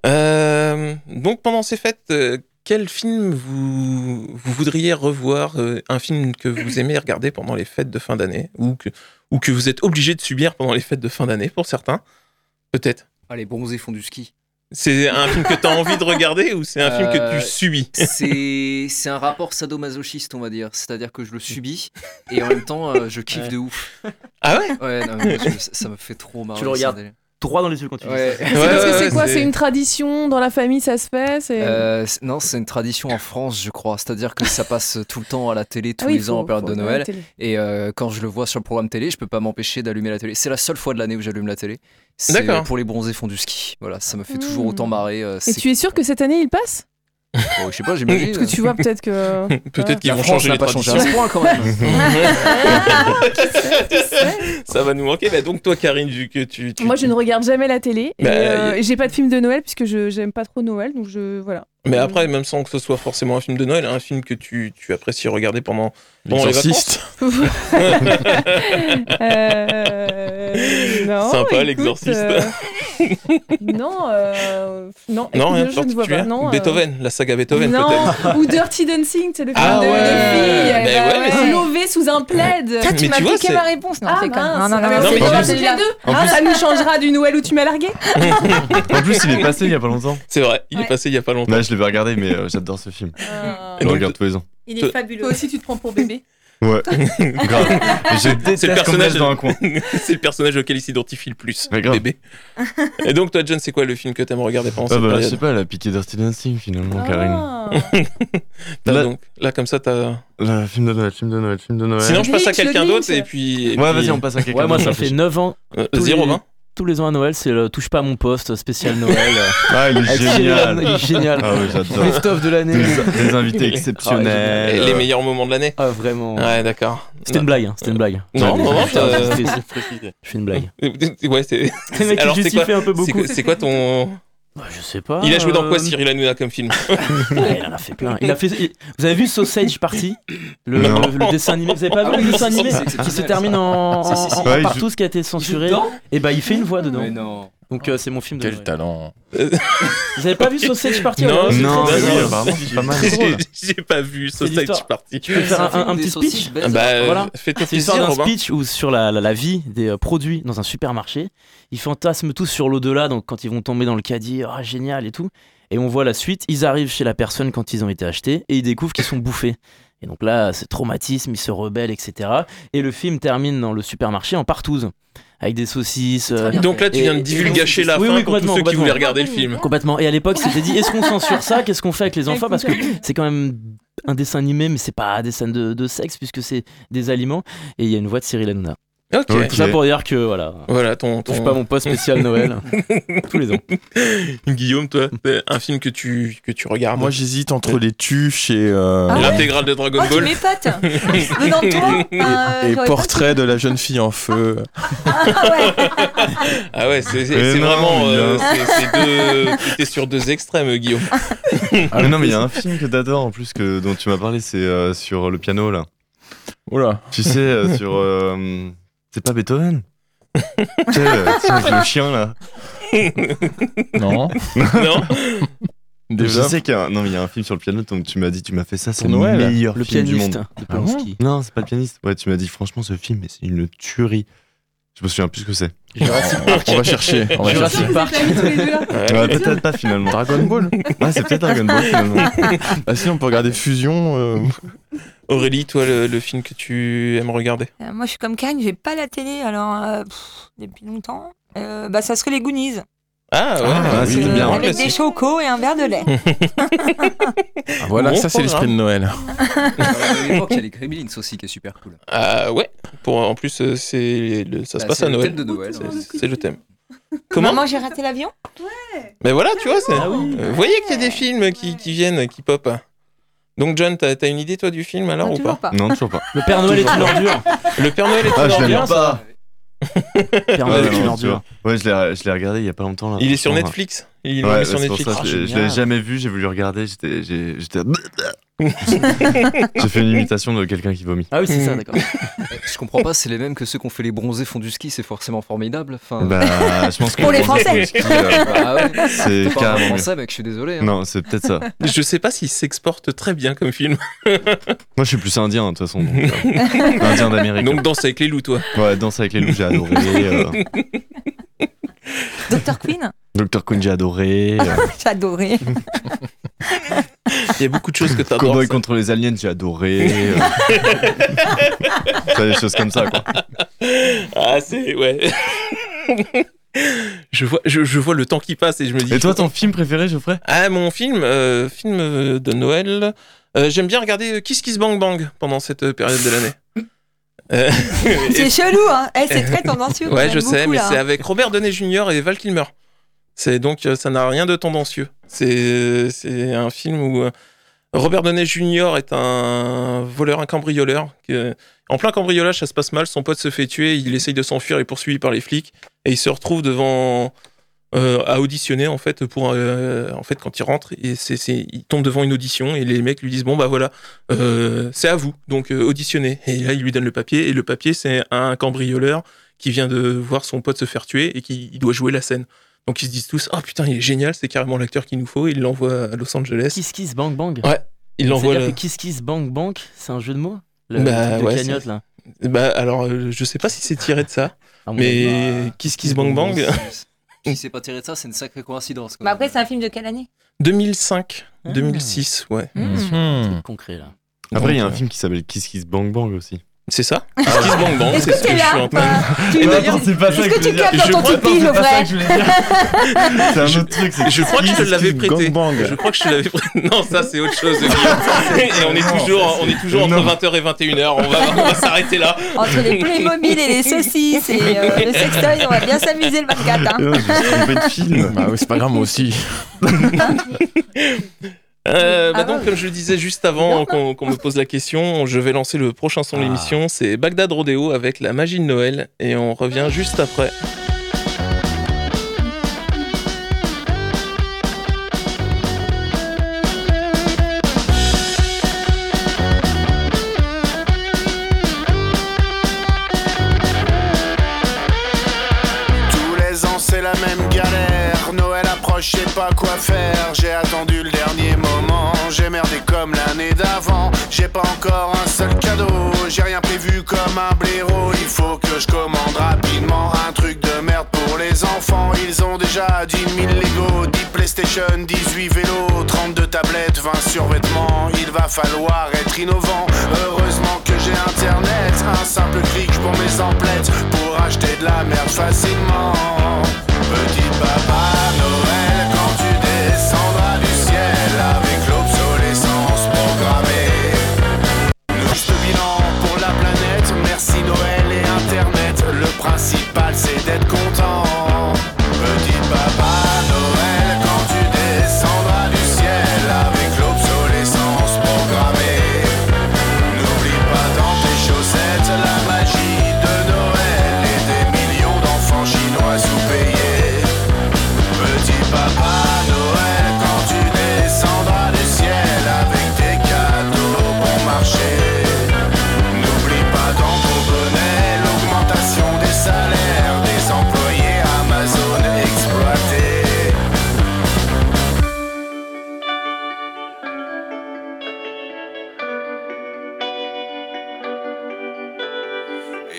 Euh, donc pendant ces fêtes, euh, quel film vous, vous voudriez revoir euh, Un film que vous aimez regarder pendant les fêtes de fin d'année ou que, ou que vous êtes obligé de subir pendant les fêtes de fin d'année pour certains Peut-être. Ah, les bronzés font du ski. C'est un film que tu as envie de regarder ou c'est un film que Euh, tu subis C'est c'est un rapport sadomasochiste, on va dire. C'est-à-dire que je le subis et en même temps, euh, je kiffe Ouais. de ouf. Ah ouais Ouais, non, mais moi, je- ça me fait trop marrer. Tu le regardes ça, d'aller. droit dans les yeux quand tu Ouais. dis ça. C'est parce que ouais, c'est ouais, quoi c'est- C'est une tradition dans la famille, ça se fait. C'est Euh, c'est- non, c'est une tradition en France, je crois. C'est-à-dire que ça passe tout le temps à la télé tous Ah oui, les ans en faut- période faut de regarder Noël. la télé. Et euh, quand je le vois sur le programme télé, je peux pas m'empêcher d'allumer la télé. C'est la seule fois de l'année où j'allume la télé. C'est D'accord. Pour les bronzés font du ski. Voilà, ça me fait toujours Mmh. autant marrer. euh, Et c'est- tu es sûr que cette année il passe Oh, je sais pas, j'imagine. Parce que tu vois peut-être que. Peut-être qu'ils La vont France changer n'a les pas changé traditions. à ce point quand même. Ah, Ça va nous manquer. Bah donc toi, Karine, vu que tu... tu- Moi, je ne regarde jamais la télé. Et Bah, euh, et j'ai pas de film de Noël puisque je j'aime pas trop Noël, donc je voilà. Mais après, même sans que ce soit forcément un film de Noël, un film que tu, tu apprécies regarder pendant, pendant les vacances. L'exorciste. Euh, non, Sympa, écoute, l'exorciste. euh, non, euh, non, Non, écoute, rien de je, ne vois pas. particulier. Non, euh, Beethoven, la saga Beethoven peut-être. non, ou Dirty Dancing, c'est le film Ah de, euh, de ouais, fille, mais elle ouais, mais va c'est- lovée sous un plaid. Ça, tu Mais m'as tu vois, piqué c'est- ma réponse. Non, Ah, c'est con. mince, Non, non, alors non, c'est c'est pas pas mal. toutes les deux. Ah, ça nous changera du Noël où tu m'as largué. En plus, il est passé il y a pas longtemps. C'est vrai, il est Ouais. passé il y a pas longtemps. Là, je l'avais regardé, mais euh, j'adore ce film. Je Et Ah. le donc, regarde tous les ans. Il est Toi fabuleux. aussi, tu te prends pour bébé. Ouais. Grave. Je déteste qu'on me personnage laisse de- dans un coin. c'est le personnage auquel il s'identifie le plus. Mais grave. Bébé. Et donc, toi, John, c'est quoi le film que t'aimes regarder pendant Ah cette bah, je sais période pas, elle a piqué Dirty Dancing finalement, Karine. Ah. T'as Là- donc, là, comme ça, t'as. Le film de Noël, film de Noël, film de Noël. Sinon, je passe à Glitch, le quelqu'un d'autre glitch. et puis. et ouais, puis- vas-y, on passe à quelqu'un. Ouais, moi, ça d'autre. fait 9 ans. Euh, Tous zéro, les- Robin Tous les ans à Noël, c'est le touche pas à mon poste spécial Noël. euh, Ah, il est Avec Cyril Hanouna, Il est génial. génial. Ah ouais, j'adore. Best-of de l'année. Des, des invités Ah, Et exceptionnels. Les meilleurs moments de l'année. Ah, vraiment. Ouais, d'accord. C'était une blague, hein, c'était une blague. Non, non, non, euh, Je fais une blague. Ouais, c'est. Le mec, Alors, il c'est quoi- justifie un peu c'est beaucoup. quoi- C'est quoi ton. Bah, Je sais pas. Il a joué dans euh, quoi, Cyril Hanouna, comme film Ouais, il en a fait plein. Il a fait... il- Vous avez vu Sausage Party le, Non. le- le dessin animé Vous avez pas Ah vu oui, le dessin si, si, animé c'est exceptionnel, Qui se ça. termine en, Si, si, si. en- Ouais, il par joue- tout ce qui a été censuré. Et bah, il fait une voix dedans. Mais non. Donc, euh, c'est mon film de. Quel talent. Vous avez pas vu Sausage Party Non, alors hein, c'est Non, très mais drôle. oui, apparemment, c'est pas mal. J'ai- J'ai pas vu Sausage l'histoire. Party. Tu peux faire un, un- un petit speech Ah Bah, Voilà. fais-toi C'est l'histoire plaisir, d'un Robin. speech où sur la, la, la vie des euh, produits dans un supermarché. Ils fantasment tous sur l'au-delà, donc quand ils vont tomber dans le caddie, ah génial et tout. Et on voit la suite, ils arrivent chez la personne quand ils ont été achetés et ils découvrent qu'ils sont bouffés. Et donc là, c'est traumatisme, ils se rebellent, etc. Et le film termine dans le supermarché en partouze, avec des saucisses. euh, bien. Donc là, tu Et- viens de et- divulgacher la oui, fin oui, pour tous complètement, ceux qui complètement. voulaient regarder le film. Complètement. Et à l'époque, c'était dit est-ce qu'on censure ça Qu'est-ce qu'on fait avec les enfants Parce que c'est quand même un dessin animé, mais c'est pas des scènes de, de sexe puisque c'est des aliments. Et il y a une voix de Cyril Hanouna. Ok. Ouais. Tout ça pour dire que voilà, Voilà, ton, touche ton- pas mon poste spécial Noël tous les ans. Guillaume, toi, euh, un film que tu, que tu regardes. Moi, j'hésite entre les tuches et, euh, Ah ouais L'intégrale de Dragon Oh, tu Ball. m'épates. Dedans Ah, toi. euh, et, et j'aurais pas portrait de la jeune fille en feu. Ah ouais. Ah ouais, c'est c'est- Mais c'est non, vraiment. mais euh, non. c'est- c'est deux- T'es sur deux extrêmes, Guillaume. Ah, mais non, mais il y a un film que t'adores en plus que, dont tu m'as parlé, c'est euh, sur le piano là. Oula. Tu sais, euh, sur. euh, c'est pas Beethoven Tu sais, euh, tu sais, avec le chien là. Non. Non Je Déjà. sais qu'il y a un... Non, mais il y a un film sur le piano, donc tu m'as dit, tu m'as fait ça, c'est Pour le Noël, meilleur Le film du pianiste monde. de Ah bon Polanski. Non, c'est pas le pianiste. Ouais, tu m'as dit, franchement, ce film, mais c'est une tuerie. Je me souviens plus ce que c'est. Jurassic Park. On va chercher. On va Jurassic chercher. Vous êtes amis tous les deux là Ouais. Ouais, peut-être pas finalement. Dragon Ball. Ouais, c'est peut-être Dragon Ball finalement. Bah, Ah si, on peut regarder Fusion. euh, Aurélie, toi, le, le film que tu aimes regarder. Euh, Moi, je suis comme Karine, j'ai pas la télé alors euh, pff, depuis longtemps. Euh, bah, ça serait les Goonies. Euh, Ah ouais, Ah, oui, c'était le bien. grand avec des classique. chocos et un verre de lait. Ah, Ah, Voilà, Bon ça c'est l'esprit de Noël. À l'époque, il y a les Gremlins aussi qui est super cool. Ah ouais, Pour, en plus, euh, c'est le- ça se Bah, passe c'est à le Noël. thème de Noël. C'est- C'est le thème. Comment Maman, j'ai raté l'avion. Mais voilà, tu vois, c'est. Ah oui. Euh, Vous voyez qu'il y a des films qui, qui viennent, qui pop. Donc John, t'as t'as une idée toi du film alors Non, ou Ah, toujours pas pas. Non, toujours pas. Le Père Noël est une ordure. Le Père Noël est Ah, une je l'aime ordure. pas. Père Ouais, Noël est non, une tu ordure. vois. Ouais, je l'ai, je l'ai regardé il y a pas longtemps là. Il est sur franchement. Netflix. Il Ouais, l'a mis ouais, sur c'est pour Netflix. ça, Ah, je l'ai- je l'ai génial. jamais vu, j'ai voulu regarder, j'étais, j'ai- j'étais. j'ai fait une imitation de quelqu'un qui vomit. Mm. Ah oui, c'est ça, d'accord. Hmm. Eh, Je comprends pas, c'est les mêmes que ceux qu'on fait les bronzés font du ski, c'est forcément formidable. Enfin, Bah, je pense que Pour les Français. français, c'est- euh, bah ouais. C'est T'es pas un carrément. français, mec, je suis désolé. mieux. hein. Non, c'est peut-être ça. Je sais pas s'il s'exporte très bien comme film. Moi, je suis plus indien de toute façon. donc, euh, indien d'Amérique. Donc danse avec les loups, toi. Ouais, Danse avec les loups, j'ai adoré. euh, Dr. Queen Dr. Queen, j'ai adoré. euh, J'ai adoré. Il y a beaucoup de choses que t'adores. Cowboy ça. contre les aliens, j'ai adoré. euh. Tu vois, des choses comme ça, quoi. Ah c'est ouais. je vois, je, je vois le temps qui passe et je me dis. Et toi, ton film préféré, Geoffrey Ah mon film, euh, film euh, de Noël. Euh, J'aime bien regarder euh, Kiss Kiss Bang Bang pendant cette euh, période de l'année. Euh, C'est chelou, hein. Eh, c'est très tendancieux. ouais, quand je même sais, beaucoup, mais là, c'est hein. avec Robert Downey Jr. et Val Kilmer. C'est donc euh, ça n'a rien de tendancieux. C'est c'est un film où euh, Robert Downey Jr. est un voleur, un cambrioleur. que- en plein cambriolage, ça se passe mal. Son pote se fait tuer. Il essaye de s'enfuir. Il est poursuivi par les flics et il se retrouve devant euh, à auditionner en fait pour euh, en fait quand il rentre et c'est c'est- il tombe devant une audition et les mecs lui disent bon bah voilà euh, c'est à vous donc euh, auditionnez et là il lui donne le papier et le papier c'est un cambrioleur qui vient de voir son pote se faire tuer et qui il doit jouer la scène donc ils se disent tous ah putain il est génial c'est carrément l'acteur qu'il nous faut il l'envoie à Los Angeles Kiss Kiss Bang Bang. Ouais, il l'envoie C'est-à-dire là. que Kiss Kiss Bang Bang, c'est un jeu de mots Le Bah, truc de ouais, cagnotte, là. bah alors euh, je sais pas si c'est tiré de ça Ah, mon Dieu. mais Kiss Kiss Bang Bang Si c'est pas tiré de ça, c'est une sacrée coïncidence. quand Mais même. après, c'est un film de quelle année 2005 Ah. 2006 ouais Un Hmm. truc concret, là. Mmh. Après, il y a un Donc, euh, film qui s'appelle Kiss Kiss Bang Bang aussi. c'est ça Kiss Kiss Bang Ah. Bang Est-ce c'est que ce que t'es je suis là en ou train de- pas Tu veux dire- c'est pas Est-ce que tu captes dans ton pas- petit c'est jeu pas ça vrai que je voulais dire. C'est un autre truc. c'est Je crois que je te Kiss l'avais Kiss prêté. Gang Bang. Je crois que je te l'avais prêté. Non, ça c'est autre chose. Guillaume. et on est toujours, on est toujours entre énorme. 20h et 21h. On va, on va s'arrêter là. Entre les Playmobil et les saucisses et euh, le sextoy, on va bien s'amuser le 24. Hein. Non, je me suis trompé de film. Bah oui, c'est pas grave, moi aussi. Euh, bah Ah donc, ouais. comme je le disais juste avant qu'on qu'on me pose la question, je vais lancer le prochain son de Ah. l'émission. C'est Bagdad Rodeo avec la magie de Noël. Et on revient juste après. Tous les ans c'est la même galère, Noël approche, je sais pas quoi faire, j'ai attendu le dernier moment, j'ai merdé comme l'année d'avant, j'ai pas encore un seul cadeau, j'ai rien prévu comme un blaireau, il faut que je commande rapidement un truc de merde pour les enfants, ils ont déjà 10 000 Lego, 10 PlayStation, 18 vélos, 32 tablettes, 20 survêtements, il va falloir être innovant, heureusement que j'ai internet, un simple clic pour mes emplettes, pour acheter de la merde facilement. Petit papa Noël, quand tu descendras du ciel avec l'obsolescence programmée. Juste bilan pour la planète, merci Noël et Internet. Le principal c'est d'être content. Petit papa Noël, quand tu descendras du ciel avec l'obsolescence programmée. N'oublie pas dans tes chaussettes la magie de Noël et des millions d'enfants chinois sous-payés. Petit papa Noël, quand tu descendras du ciel avec tes cadeaux bon marché. N'oublie pas dans ton bonnet l'augmentation des salaires des employés Amazon exploités.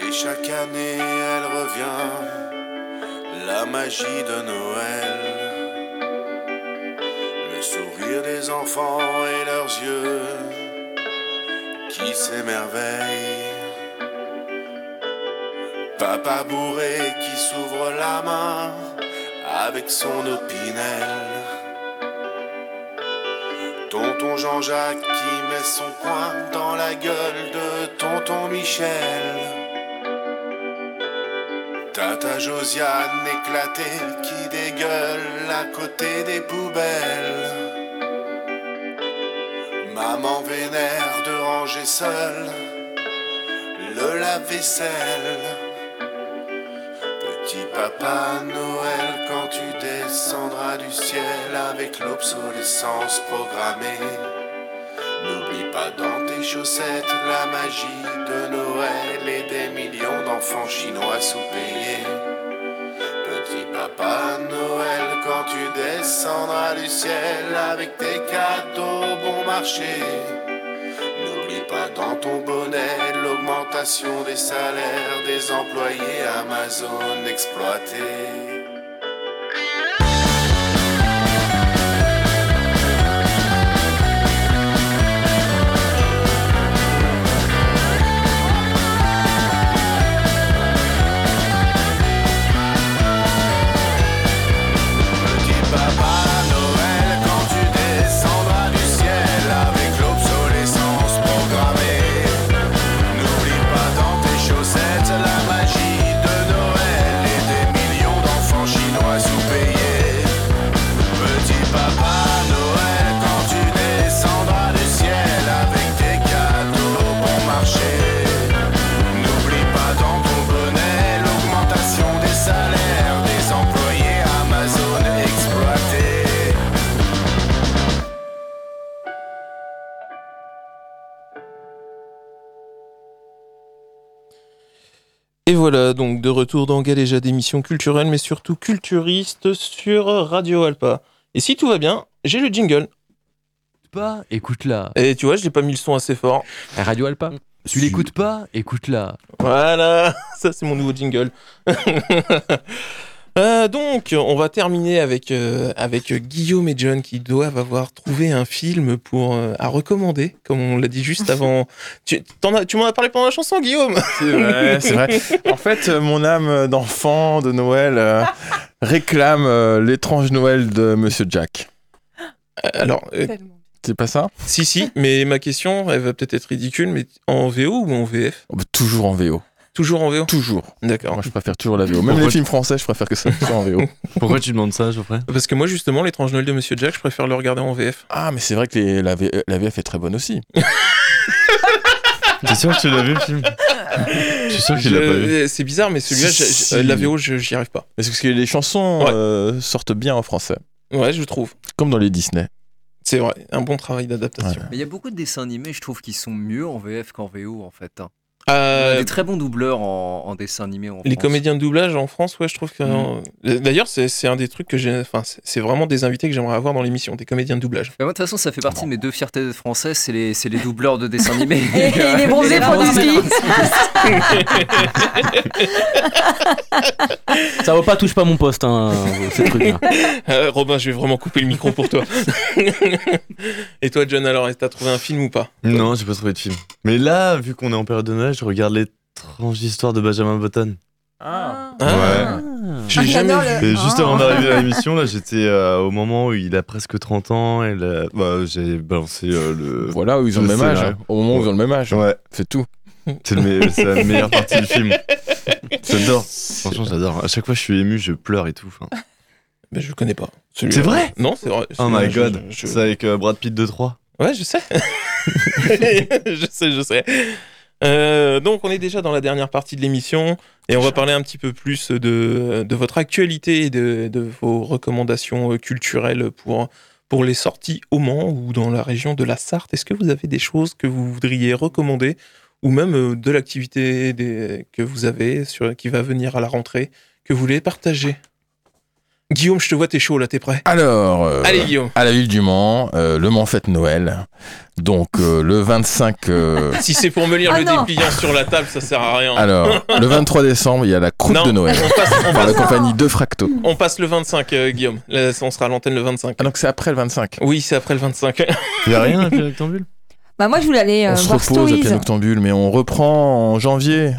Et chaque année elle revient, la magie de Noël. Le sourire des enfants et leurs yeux qui s'émerveillent. Papa bourré qui s'ouvre la main avec son opinel. Tonton Jean-Jacques qui met son poing dans la gueule de tonton Michel. Tata Josiane éclatée qui dégueule à côté des poubelles. Maman vénère de ranger seul le lave-vaisselle. Petit papa Noël, quand tu descendras du ciel avec l'obsolescence programmée, n'oublie pas dans tes chaussettes la magie de Noël et des millions d'enfants chinois sous-payés. Petit papa Noël, quand tu descendras du ciel avec tes cadeaux bon marché, n'oublie pas dans ton bonnet l'augmentation des salaires des employés Amazon exploités. Petit papa Noël, quand tu descendras du ciel avec l'obsolescence programmée, n'oublie pas dans tes chaussettes la magie de Noël et des millions d'enfants chinois sous-payés. Petit papa Noël, quand tu descendras du ciel avec tes cadeaux bon marché, n'oublie pas dans ton bonnet l'augmentation des salaires des employés Amazon exploités. Et voilà, donc de retour dans Galéja d'émissions culturelles, mais surtout culturistes sur Radio Alpa. Et si tout va bien, j'ai le jingle. Pas, écoute-la. Et tu vois, j'ai pas mis le son assez fort. Radio Alpa. Tu l'écoutes pas, écoute-la. Voilà, ça c'est mon nouveau jingle. Euh, donc, on va terminer avec, euh, avec Guillaume et John qui doivent avoir trouvé un film pour, euh, à recommander, comme on l'a dit juste avant. tu t'en as- tu m'en as parlé pendant la chanson, Guillaume C'est vrai, c'est vrai. En fait, euh, mon âme d'enfant de Noël euh, réclame euh, l'étrange Noël de Monsieur Jack. Alors, euh, c'est pas ça Si, si, mais ma question, elle va peut-être être ridicule, mais en VO ou en VF Toujours en VO. Toujours en VO Toujours. D'accord. Moi, je préfère toujours la VO. Même Pourquoi les tu- films français, je préfère que ça soit en VO. Pourquoi tu demandes ça, Geoffrey Parce que moi, justement, l'étrange Noël de Monsieur Jack, je préfère le regarder en VF. Ah, mais c'est vrai que les- la, V- euh, la VF est très bonne aussi. T'es sûr que tu l'as vu, le film Je suis sûr qu'il l'a pas vu. C'est bizarre, mais celui-là, j'ai- j'ai- la VO, je- j'y arrive pas. Parce que les chansons euh, sortent bien en français. Ouais, je trouve. Comme dans les Disney. C'est vrai, un bon travail d'adaptation. Mais il y a beaucoup de dessins animés, je trouve, qui sont mieux en VF qu'en VO en fait. hein. Euh, On a des très bons doubleurs en, en dessin animé. En Les France. comédiens de doublage en France, ouais, je trouve que. Mhm. euh, D'ailleurs, c'est c'est un des trucs que j'ai. Enfin, c'est- c'est vraiment des invités que j'aimerais avoir dans l'émission, des comédiens de doublage. Bah, moi, de toute façon, ça fait partie de mes deux fiertés françaises, c'est les, c'est les doubleurs de dessins animés. Et, et les bronzés font du ski. Ça va pas, touche pas mon poste, hein, ces trucs-là. Euh, Robin, je vais vraiment couper le micro pour toi. Et toi, John, alors, est-ce que t'as trouvé un film ou pas Non, j'ai pas trouvé de film. Mais là, vu qu'on est en période de Noël, je regarde l'étrange histoire de Benjamin Button. Ah. Ouais. Je Ah, l'ai jamais vu. Et juste avant d'arriver à l'émission, là, j'étais euh, au moment où il a presque 30 ans et là, bah, j'ai balancé euh, le. Voilà, où ils ont le même âge, hein. Au moment où ils ont le même âge. Ouais. C'est tout. C'est le me- c'est la meilleure partie du film. J'adore. Franchement, j'adore. À chaque fois, je suis ému, je pleure et tout. enfin. Mais je connais pas. C'est Celui-là. vrai Non, c'est vrai. Oh Celui-là, my je- god. je- C'est avec euh, Brad Pitt de 3. Ouais, je sais. je sais, je sais. Euh, donc, on est déjà dans la dernière partie de l'émission et on va parler un petit peu plus de, de votre actualité et de, de vos recommandations euh, culturelles pour, pour les sorties au Mans ou dans la région de la Sarthe. Est-ce que vous avez des choses que vous voudriez recommander ou même euh, de l'activité des- que vous avez sur, qui va venir à la rentrée que vous voulez partager Guillaume, je te vois, t'es chaud là, t'es prêt Alors, euh, Allez, Guillaume. à la ville du Mans, euh, le Mans fête Noël. Donc, euh, le 25. euh, Si c'est pour me lire Ah le non. dépliant sur la table, ça sert à rien. Alors, le 23 décembre, il y a la croûte Non, de Noël. on passe- on par la passe- compagnie de Fracto. On passe le 25, euh, Guillaume. Là, on sera à l'antenne le 25. Ah, donc c'est après le 25 Oui, c'est après le 25. Y a rien à faire Bah moi je voulais aller euh, on se voir repose à Stories. Pierre Noctambule, mais on reprend en janvier.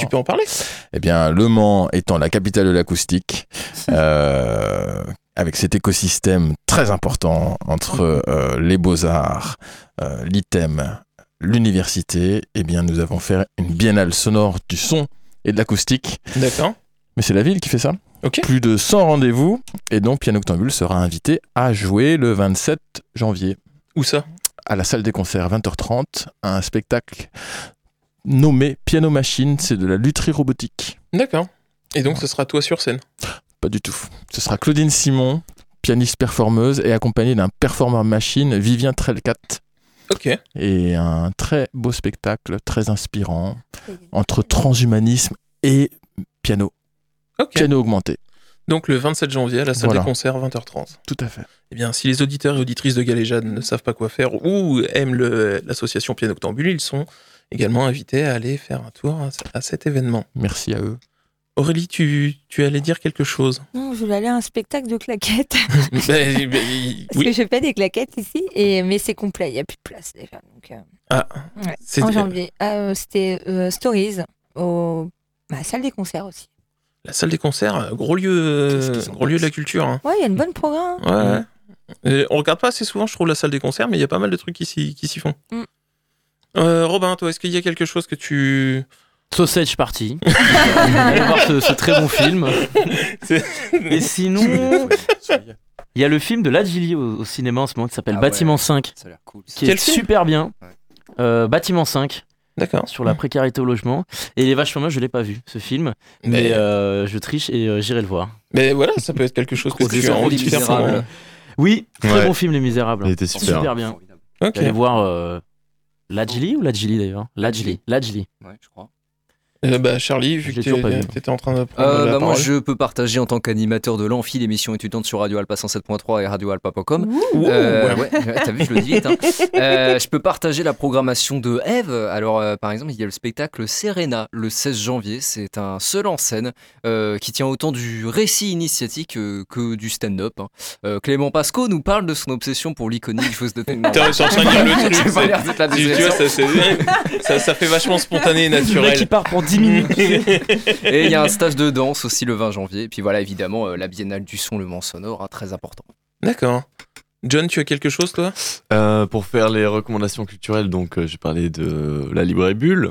tu peux en parler Eh bien, Le Mans étant la capitale de l'acoustique, euh, avec cet écosystème très important entre Mm-hmm. euh, les beaux-arts, euh, l'ITEM, l'université, eh bien, nous avons fait une biennale sonore du son et de l'acoustique. D'accord. Mais c'est la ville qui fait ça. Ok. Plus de 100 rendez-vous. Et donc, Pierre Noctambule sera invité à jouer le 27 janvier. Où ça à la salle des concerts à 20h30 un spectacle nommé Piano Machine. C'est de la lutherie robotique. D'accord. Et donc, ce sera toi sur scène. Pas du tout. Ce sera Claudine Simon, pianiste performeuse et accompagnée d'un performeur machine, Vivien Trelcat. Ok. Et un très beau spectacle, très inspirant, entre transhumanisme et piano. Piano augmenté. Donc le 27 janvier à la salle Voilà. des concerts 20h30. Tout à fait. Eh bien, si les auditeurs et auditrices de Galéjade ne savent pas quoi faire ou aiment le- l'association Piano Octambule, ils sont également invités à aller faire un tour à, à cet événement. Merci à eux. Aurélie, tu, tu allais dire quelque chose Non, je voulais aller à un spectacle de claquettes. Ben, ben, oui. Parce que je fais des claquettes ici, et, mais c'est complet, il n'y a plus de place déjà. Donc, euh, Ah, ouais, c'était- en janvier. Ah, euh, C'était euh, Stories, au, bah, salle des concerts aussi. La salle des concerts, gros lieu, euh, gros lieu de la culture. hein. Ouais, il y a une bonne programme. Ouais. ouais. Mm. Et on regarde pas assez souvent, je trouve, la salle des concerts, mais il y a pas mal de trucs qui s'y qui s'y font. Mm. Euh, Robin, toi, est-ce qu'il y a quelque chose que tu... Sausage Party. Allez voir ce, ce très bon film. Et sinon, il y a le film de Ladjili au, au cinéma en ce moment qui s'appelle Ah ouais, Bâtiment 5. ça a l'air cool, ça. Qui Quel est film super bien. Euh, Bâtiment 5. D'accord. Sur la précarité au logement. Et il est vachement bien, je l'ai pas vu, ce film. Mais, Mais- euh, je triche et euh, j'irai le voir. Mais voilà, ça peut être quelque chose que Gros tu as désordre, envie de Les faire. Misérables. pendant- Oui, très Ouais. bon film Les Misérables. Il était super. bien. Ok. Allez voir euh, Ladjili ou Ladjili d'ailleurs Ladjili. Ladjili. Ouais, je crois. Euh, bah, Charlie, vu Je que l'ai toujours pas t'es- vu. t'étais en train de prendre Euh, la bah moi, parole. je peux partager en tant qu'animateur de l'amphi l'émission étudiante sur Radio Alpa 107.3 et radioalpa.com. Ouh. Euh, Ouh. ouais, ouais, t'as vu, je le dis vite. hein. Euh, je peux partager la programmation de Eve. Alors, euh, par exemple, il y a le spectacle Serena le 16 janvier. C'est un seul en scène euh, qui tient autant du récit initiatique euh, que du stand-up. hein. Euh, Clément Pasco nous parle de son obsession pour l'iconique fausse de Putain, Putain, je suis en train de lire le truc. J'ai pas l'air d'être la c'est- tu vois, ça, c'est- ça- ça fait vachement spontané et naturel. Le mec qui part pour 10 minutes. et il y a un stage de danse aussi le 20 janvier. Et puis voilà, évidemment, euh, la biennale du son, le Mans Sonore, hein, très important. D'accord. John, tu as quelque chose, toi Euh, pour faire les recommandations culturelles, donc euh, j'ai parlé de la librairie Bulle.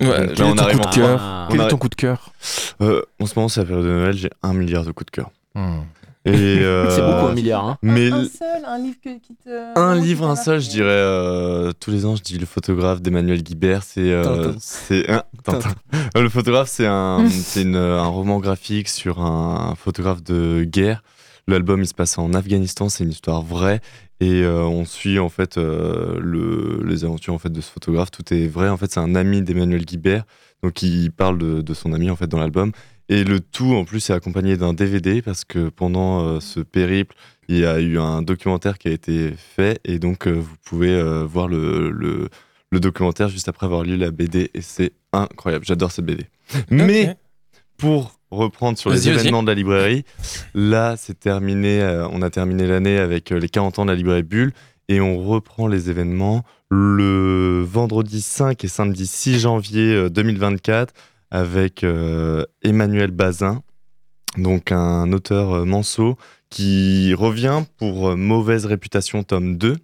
Ouais, Donc quel est ton coup de en- cœur Ah. on Quel est arrive- ton coup de cœur Euh, En ce moment, c'est la période de Noël, j'ai un milliard de coups de cœur. Hmm. Et, euh, C'est beaucoup, un milliard, hein. Mais Ah, un l- seul, un livre que- qui te. un livre, un seul, je dirais. euh, tous les ans, je dis le photographe d'Emmanuel Guibert, c'est. euh, Tintin. c'est un- Tintin. Euh, Le photographe, c'est un, c'est une- un roman graphique sur un, un photographe de guerre. L'album, il se passe en Afghanistan, c'est une histoire vraie. Et euh, on suit en fait euh, le- les aventures en fait de ce photographe. Tout est vrai. En fait, c'est un ami d'Emmanuel Guibert, donc il parle de, de son ami en fait dans l'album. Et le tout en plus est accompagné d'un DVD parce que pendant euh, ce périple, il y a eu un documentaire qui a été fait et donc euh, vous pouvez euh, voir le, le- le documentaire juste après avoir lu la BD et c'est incroyable. J'adore cette BD. Mais pour reprendre sur les Vas-y, vas-y. événements de la librairie, là c'est terminé. euh, on a terminé l'année avec euh, les 40 ans de la librairie Bulle et on reprend les événements le vendredi 5 et samedi 6 janvier euh, 2024 avec euh, Emmanuel Bazin donc un auteur euh, manceau qui revient pour euh, Mauvaise réputation tome 2.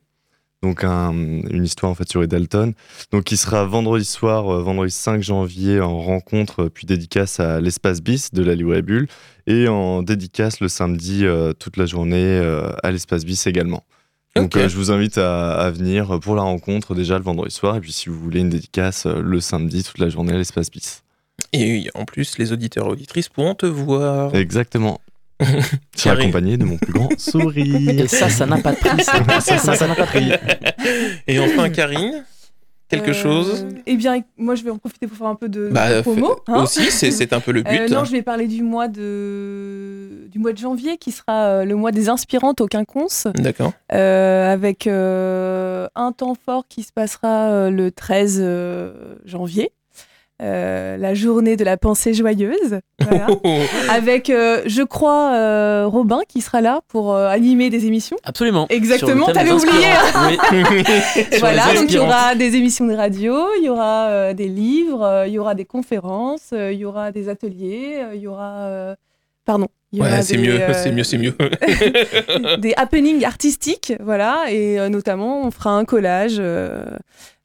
Donc un- une histoire en fait sur Ed Dalton. Donc il sera vendredi soir, euh, vendredi 5 janvier en rencontre euh, puis dédicace à l'espace bis de la librairie Bulle et en dédicace le samedi euh, toute la journée euh, à l'espace bis également. Donc Ok. euh, je vous invite à, à venir euh, pour la rencontre déjà le vendredi soir et puis si vous voulez une dédicace euh, le samedi toute la journée à l'espace bis. Et en plus, les auditeurs et auditrices hein. pourront te voir. Exactement. Je serai Carré. accompagné de mon plus grand sourire. Et ça, ça n'a pas de prix. Ça, ça, ça n'a pas de prix. Et enfin, Karine, quelque chose Euh, Eh bien, moi, je vais en profiter pour faire un peu de, de Bah, promo. fait- hein. aussi, c'est- c'est un peu le Euh, but. non, je vais parler du mois de du mois de janvier qui sera euh, le mois des inspirantes au quinconce. D'accord. Euh, avec euh, un temps fort qui se passera euh, le 13 euh, janvier. Euh, la journée de la pensée joyeuse. Voilà. Avec, euh, je crois, euh, Robin qui sera là pour euh, animer des émissions. Absolument. Exactement, Sur le thème t'avais des oublié. inspirants. Oui. Sur voilà, les donc il y inspirants. aura des émissions de radio, il y aura euh, des livres, euh, il y aura des conférences, euh, il y aura des ateliers, euh, il y aura. euh, pardon. il y aura Ouais, c'est des, mieux, euh, c'est mieux, c'est mieux. des happenings artistiques, voilà, et euh, notamment on fera un collage. euh,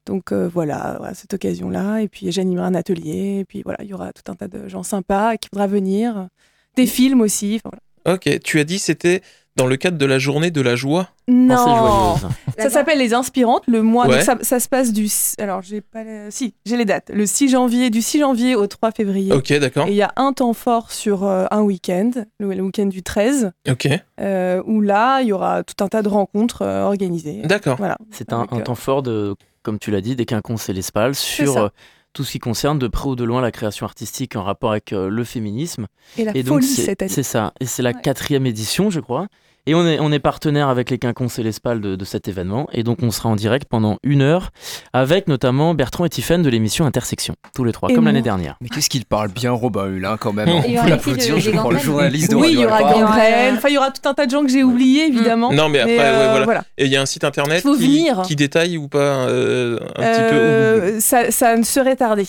donc euh, voilà, à cette occasion-là, et puis j'animerai un atelier, et puis voilà, il y aura tout un tas de gens sympas qui voudra venir, des films aussi. enfin, voilà. Ok, tu as dit c'était dans le cadre de la journée de la joie. Non. Ça s'appelle les inspirantes. Le mois. Ouais. Donc ça, ça se passe du. s- Alors j'ai pas. le- Si j'ai les dates. Le 6 janvier, du 6 janvier au 3 février. Ok, d'accord. Et il y a un temps fort sur euh, un week-end, le, le week-end du 13, Ok. euh, où là il y aura tout un tas de rencontres euh, organisées. Voilà. euh, C'est un, un temps fort, de, comme tu l'as dit, des quinconces et les spales sur ça. euh, tout ce qui concerne de près ou de loin la création artistique en rapport avec euh, le féminisme. Et la donc, folie c'est- cette année. C'est ça. Et c'est la quatrième édition, je crois. Et on est, on est partenaire avec les quinconces et les spales de, de cet événement. Et donc, on sera en direct pendant une heure avec notamment Bertrand et Tiffen de l'émission Intersection, tous les trois, Et comme l'année moi. dernière. Mais qu'est-ce qu'il parle bien, Robin Hulin, quand même. hein. Et il y On aura peut aussi l'applaudir, le- je les crois, le gangrènes. journaliste de Oui, il y aura Radio Alpa. Gangrène. Enfin, il y aura tout un tas de gens que j'ai oubliés, évidemment. Mm. Non, mais après, euh, ouais, voilà. voilà. Et il y a un site internet Faut qui, venir. qui détaille ou pas euh, un petit peu. Euh, ça, ça ne serait tardé.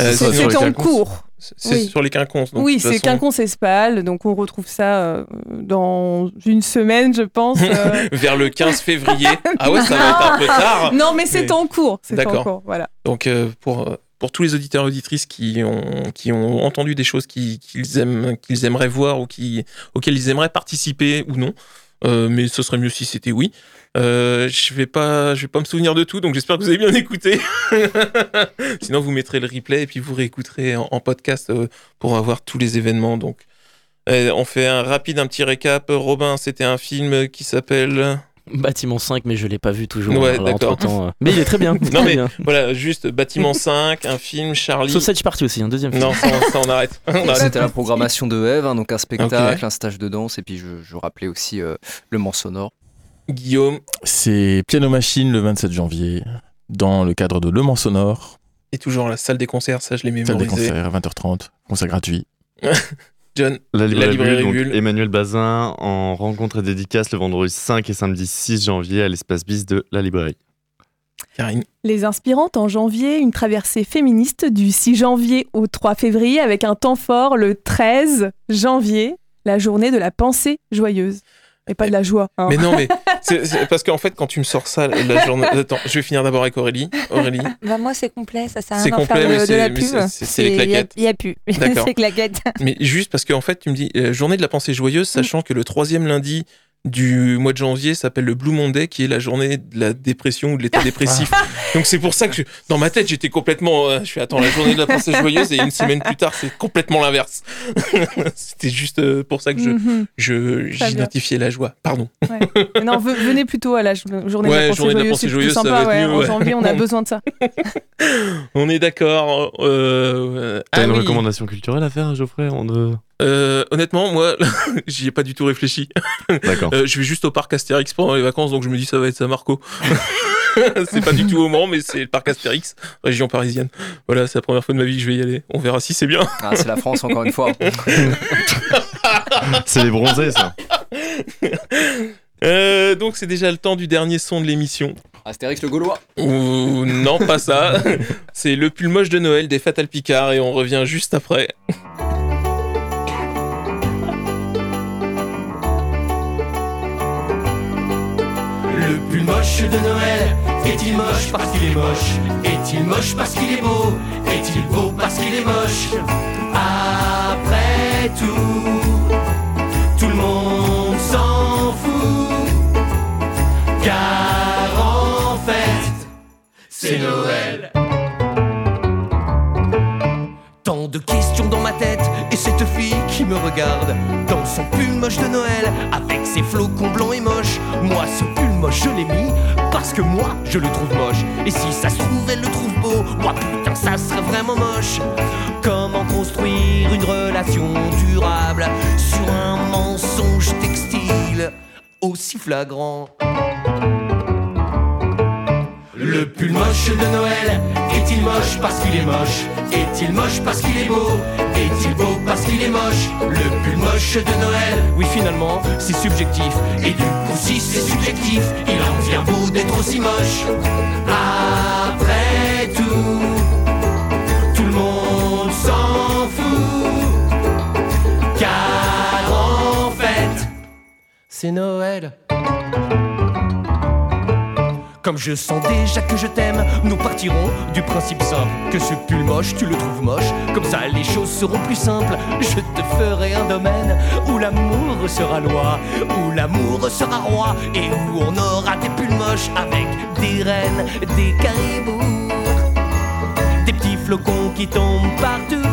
Euh, C'est sur les c'est en quinconces. cours. C'est Oui. sur les quinconces. donc, oui, de toute c'est façon- quinconce espale, donc on retrouve ça euh, dans une semaine, je pense. euh. Vers le 15 février. ah ouais, ça va être un peu tard. Non, mais c'est en cours, c'est en D'accord. cours, voilà. Donc euh, pour, euh, pour tous les auditeurs et auditrices qui ont, qui ont entendu des choses qui- qu'ils aiment, qu'ils aimeraient voir ou qui, auxquelles ils aimeraient participer ou non, euh, mais ce serait mieux si c'était oui. Euh, je vais pas, je vais pas me souvenir de tout, donc j'espère que vous avez bien écouté. Sinon, vous mettrez le replay et puis vous réécouterez en, en podcast euh, pour avoir tous les événements. Donc, Euh, on fait un rapide, un petit récap. Robin, c'était un film qui s'appelle. Bâtiment 5, mais je ne l'ai pas vu toujours. Ouais, Alors, d'accord. entre-temps, euh, Mais il est très bien. il est Non très mais bien. voilà, juste Bâtiment 5, un film, Charlie. Sausage Party aussi, un deuxième film. Non, ça, on- ça, on arrête. On arrête. C'était la programmation de Eve, hein, donc un spectacle, Ok. un stage de danse, et puis je, je rappelais aussi euh, le Mans sonore. Guillaume. C'est Piano Machine le 27 janvier, dans le cadre de Le Mans Sonore, Et toujours la salle des concerts, ça je l'ai mémorisé. salle des concerts à 20h30, concert gratuit. John, La librairie, Bulle, donc, Bulle. Emmanuel Bazin en rencontre et dédicace le vendredi 5 et samedi 6 janvier à l'espace bis de la librairie. Karine. Les inspirantes en janvier, une traversée féministe du 6 janvier au 3 février avec un temps fort le 13 janvier, la journée de la pensée joyeuse. Et pas de la joie. hein. Mais non, mais c'est- c'est parce qu'en fait, quand tu me sors ça, la journée. Attends, je vais finir d'abord avec Aurélie. Aurélie. Bah, moi, c'est complet, ça sert à C'est rien d'en complet, faire mais de, de c'est- la mais pub. c'est- c'est- c'est les Il y a- claquettes. Il n'y a, plus. D'accord. c'est claquettes. Mm. Mais juste parce qu'en fait, tu me dis euh, journée de la pensée joyeuse, sachant que le troisième lundi du mois de janvier s'appelle le Blue Monday, qui est la journée de la dépression ou de l'état dépressif. Donc c'est pour ça que je- dans ma tête, j'étais complètement. euh, je suis attends la journée de la pensée joyeuse et une semaine plus tard, c'est complètement l'inverse. C'était juste euh, pour ça que je Mm-hmm. Mhm. je- Très bien. j'identifiais la joie. Pardon. Ouais. Non, ve- venez plutôt à la jo- journée Ouais, de la pensée journée de la joyeuse. pensée C'est plus joyeuse, ça sympa, va être ouais. mieux, En ouais. Oh, janvier, on a besoin de ça. On est d'accord. Euh, T'as ah une oui. recommandation culturelle à faire, Geoffrey on ne- Euh, honnêtement, moi, j'y ai pas du tout réfléchi. D'accord. Euh, je vais juste au parc Astérix pendant les vacances, donc je me dis ça va être ça, Marco. c'est pas du tout au Mans, mais c'est le parc Astérix, région parisienne. Voilà, c'est la première fois de ma vie que je vais y aller. On verra si c'est bien. Ah, c'est la France, encore une fois. C'est les bronzés, ça. Euh, donc c'est déjà le temps du dernier son de l'émission. Astérix le Gaulois. Ou non, pas ça. c'est le pull moche de Noël des Fatal Picard et on revient juste après. Le pull moche de Noël est-il moche parce qu'il est moche Est-il moche parce qu'il est beau Est-il beau parce qu'il est moche Après tout, tout le monde s'en fout. Car en fait, c'est Noël. Tant de questions dans ma tête et cette fille qui me regarde dans son pull moche de Noël avec ses flocons blancs et moches. Moi, ce pull moche, je l'ai mis parce que moi, je le trouve moche. Et si ça se trouve, elle le trouve beau. Moi, putain, ça serait vraiment moche. Comment construire une relation durable sur un mensonge textile aussi flagrant? Le pull moche de Noël est-il moche parce qu'il est moche Est-il moche parce qu'il est beau Est-il beau parce qu'il est moche Le pull moche de Noël Oui finalement c'est subjectif Et du coup si c'est subjectif Il en vient beau d'être aussi moche Après tout Tout le monde s'en fout Car en fait C'est Noël Comme je sens déjà que je t'aime, nous partirons du principe simple que ce pull moche, tu le trouves moche. Comme ça, les choses seront plus simples. Je te ferai un domaine où l'amour sera loi, où l'amour sera roi et où on aura des pulls moches avec des reines, des caribous, des petits flocons qui tombent partout.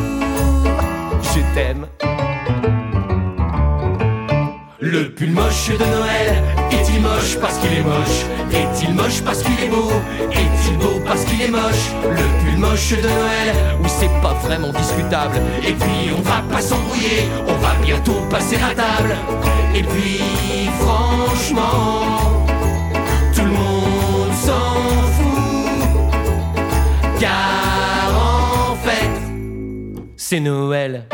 Je t'aime. Le pull moche de Noël est-il moche parce qu'il est moche Est-il moche parce qu'il est beau Est-il beau parce qu'il est moche Le pull moche de Noël, oui c'est pas vraiment discutable Et puis on va pas s'embrouiller, on va bientôt passer à table Et puis franchement, tout le monde s'en fout Car en fait, c'est Noël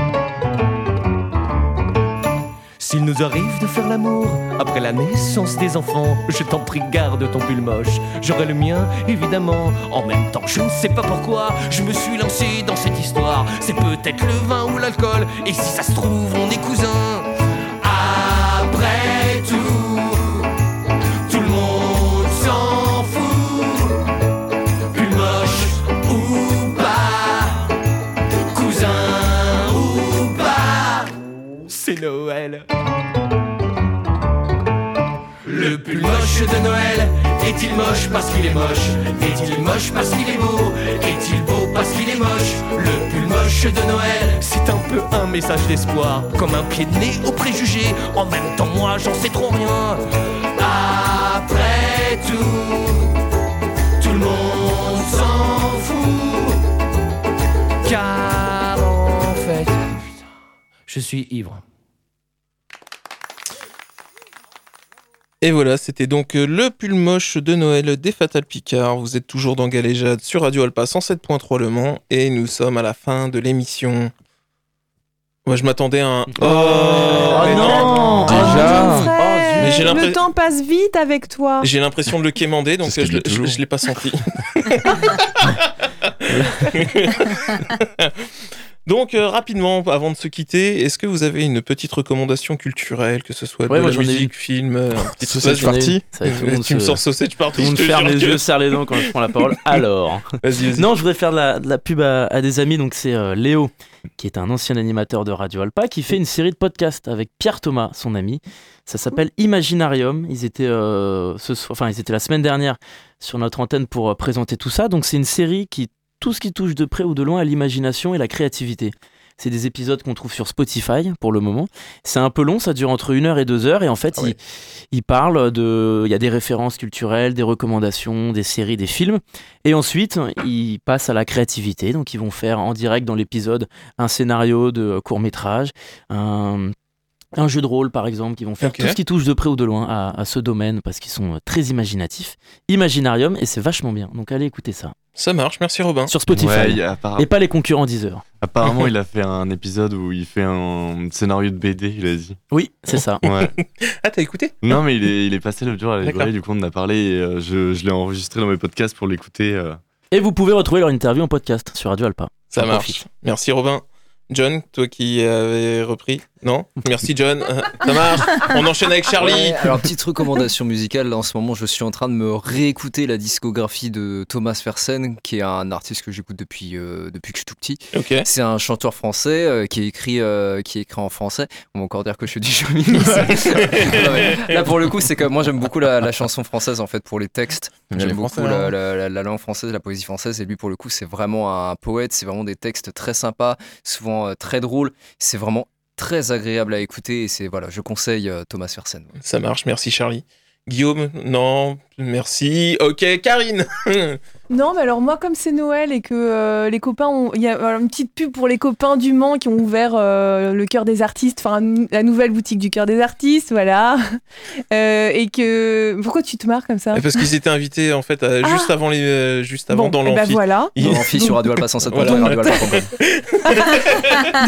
s'il nous arrive de faire l'amour après la naissance des enfants, je t'en prie, garde ton pull moche. J'aurai le mien, évidemment. En même temps, je ne sais pas pourquoi, je me suis lancé dans cette histoire. C'est peut-être le vin ou l'alcool, et si ça se trouve, on est cousins. Après tout, tout le monde s'en fout. Pull moche ou pas, cousin ou pas, c'est Noël. Le pull moche de Noël est-il moche parce qu'il est moche Est-il moche parce qu'il est beau Est-il beau parce qu'il est moche Le pull moche de Noël, c'est un peu un message d'espoir, comme un pied de nez aux préjugés. En même temps, moi, j'en sais trop rien. Après tout, tout le monde s'en fout, car en fait, je suis ivre. Et voilà, c'était donc euh, le pull moche de Noël des Fatal Picard. Vous êtes toujours dans Galéjade sur Radio Alpa 107.3 Le Mans et nous sommes à la fin de l'émission. Moi, je m'attendais à un. Oh, mais Oh, Geoffrey, Mais j'ai l'impres- le temps passe vite avec toi. J'ai l'impression de le quémander, donc euh, C'est ce que je, je dis je- toujours. je l'ai pas senti. donc, euh, rapidement, avant de se quitter, est-ce que vous avez une petite recommandation culturelle, que ce soit Ouais, de moi, la j'en ai musique, une. film, euh, un petit Sausage truc party. Ça va, tout le monde Tu me se- sors sausage party, Tout le monde je te ferme jure les que- yeux, serre les dents quand je prends la parole. Alors, non, je voudrais faire de la, de la pub à, à des amis. Donc, c'est euh, Léo, qui est un ancien animateur de Radio Alpa, qui fait une série de podcasts avec Pierre Thomas, son ami. Ça s'appelle Imaginarium. Ils étaient, euh, ce soir- enfin, ils étaient la semaine dernière sur notre antenne pour euh, présenter tout ça. Donc, c'est une série qui tout ce qui touche de près ou de loin à l'imagination et la créativité. C'est des épisodes qu'on trouve sur Spotify pour le moment. C'est un peu long, ça dure entre une heure et deux heures. Et en Ah fait, il, il parle de. Il y a des références culturelles, des recommandations, des séries, des films. Et ensuite, il passe à la créativité. Donc, ils vont faire en direct dans l'épisode un scénario de court métrage, un, un jeu de rôle par exemple, qui vont faire Ok. tout ce qui touche de près ou de loin à, à ce domaine parce qu'ils sont euh, très imaginatifs. Imaginarium, et c'est vachement bien. Donc, allez écouter ça. Ça marche, merci Robin. Sur Spotify. Ouais, il y a apparemment- Et pas les concurrents Deezer. Apparemment, il a fait un épisode où il fait un scénario de BD, il a dit. Oui, c'est ça. Ouais. Ah, t'as écouté Non, mais il est, il est passé l'autre jour à la D'accord. librairie, du coup, on en a parlé et euh, je, je l'ai enregistré dans mes podcasts pour l'écouter. euh. Et vous pouvez retrouver leur interview en podcast sur Radio Alpa. Ça J'en marche. profite. Merci Robin. John, toi qui avais repris Non Merci John. Euh, Ça marche. On enchaîne avec Charlie. Ouais, alors, petite recommandation musicale. là, en ce moment, je suis en train de me réécouter la discographie de Thomas Fersen, qui est un artiste que j'écoute depuis, euh, depuis que je suis tout petit. C'est un chanteur français euh, qui, écrit, euh, qui écrit en français. On va encore dire que je suis du chauviniste. Non, mais là, pour le coup, c'est que moi, j'aime beaucoup la, la chanson française, en fait, pour les textes. Mais les J'aime beaucoup Français, la, hein. la- la- la langue française, la poésie française. Et lui, pour le coup, c'est vraiment un poète. C'est vraiment des textes très sympas, souvent euh, très drôles. C'est vraiment très agréable à écouter. Et c'est, voilà, je conseille euh, Thomas Fersen. Ça marche, merci Charlie. Guillaume, non, merci. Ok, Karine. Non, mais alors moi, comme c'est Noël et que euh, les copains ont. Il y a alors, une petite pub pour les copains du Mans qui ont ouvert euh, le cœur des artistes, enfin un- la nouvelle boutique du cœur des artistes, voilà. Euh, et que. Pourquoi tu te marres comme ça Eh, Parce qu'ils étaient invités en fait à- juste avant les, euh, juste avant Ah. Bon, dans eh ben l'amphi. voilà. Dans l'amphi sur Radio Alpha 107.3, Radio Alpha Campagne.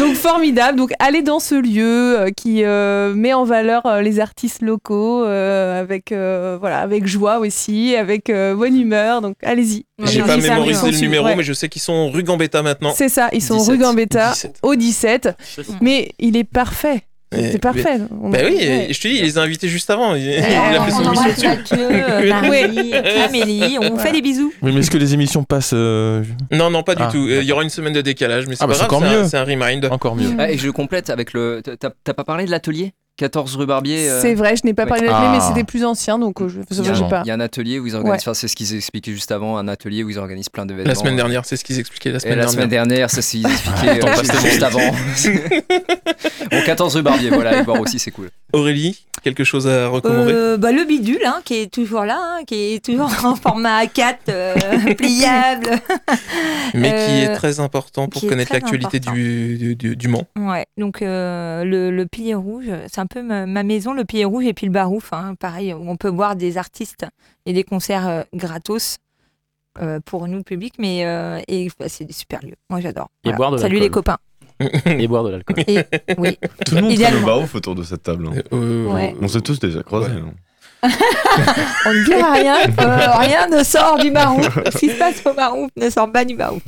Donc formidable. Donc allez dans ce lieu euh, qui euh, met en valeur euh, les artistes locaux euh, avec euh, voilà avec joie aussi, avec euh, bonne humeur. Donc allez-y. J'ai Allez-y, pas ça arrive. Ils sont mémorisé le su- numéro, ouais. mais je sais qu'ils sont rue Gambetta maintenant. C'est ça, ils sont 17. rue Gambetta 17. au 17. Mais il est parfait. Eh, C'est parfait. mais- On Bah a- oui, ouais. et je te dis, il les a invités juste avant. Il, il a on fait son émission embrasse dessus. Mathieu, euh, Marie, Amélie, on vous fait des bisous. Oui, mais est-ce que les émissions passent euh, Non, non, pas du Ah. tout. Euh, Il y aura une semaine de décalage, mais c'est Ah, bah, pas c'est grave, encore c'est un- mieux. c'est un, remind. Encore mieux. Ah, et je complète avec le. t'as- T'as t'as pas parlé de l'atelier 14 rue Barbier euh, C'est vrai, je n'ai pas ouais. parlé de Ah. l'atelier, mais c'était plus ancien, donc euh, je Il y, je sais a, pas. il y a un atelier où ils organisent, Ouais. enfin, c'est ce qu'ils expliquaient juste avant, un atelier où ils organisent plein d'événements. euh. La semaine dernière, c'est ce qu'ils expliquaient la Et semaine la dernière. semaine dernière, c'est ce qu'ils Ah, expliquaient t'en euh, passes juste, tellement juste avant. vite. Au 14 rue Barbier, voilà, et voir aussi, c'est cool. Aurélie, quelque chose à recommander Euh, bah, le bidule, hein, qui est toujours là, hein, qui est toujours en format A4, euh, pliable. Mais qui est Euh, très important pour qui est connaître très l'actualité important. du, du, du- du Mans. Ouais, donc euh, le, le pilier rouge, c'est un peu ma, ma maison, le pilier rouge et puis le barouf, hein, pareil, où on peut voir des artistes et des concerts euh, gratos euh, pour nous, le public, mais euh, et, bah, c'est des super lieux. Moi, j'adore. Et boire de Salut les l'alcool. copains. Et boire de l'alcool. Et- oui. Tout le monde connaît le Idéalement. barouf autour de cette table. hein. Ouais. On s'est tous déjà croisés. hein. On ne dira rien, euh, rien ne sort du barouf. Ce qui se passe au barouf ne sort pas du barouf.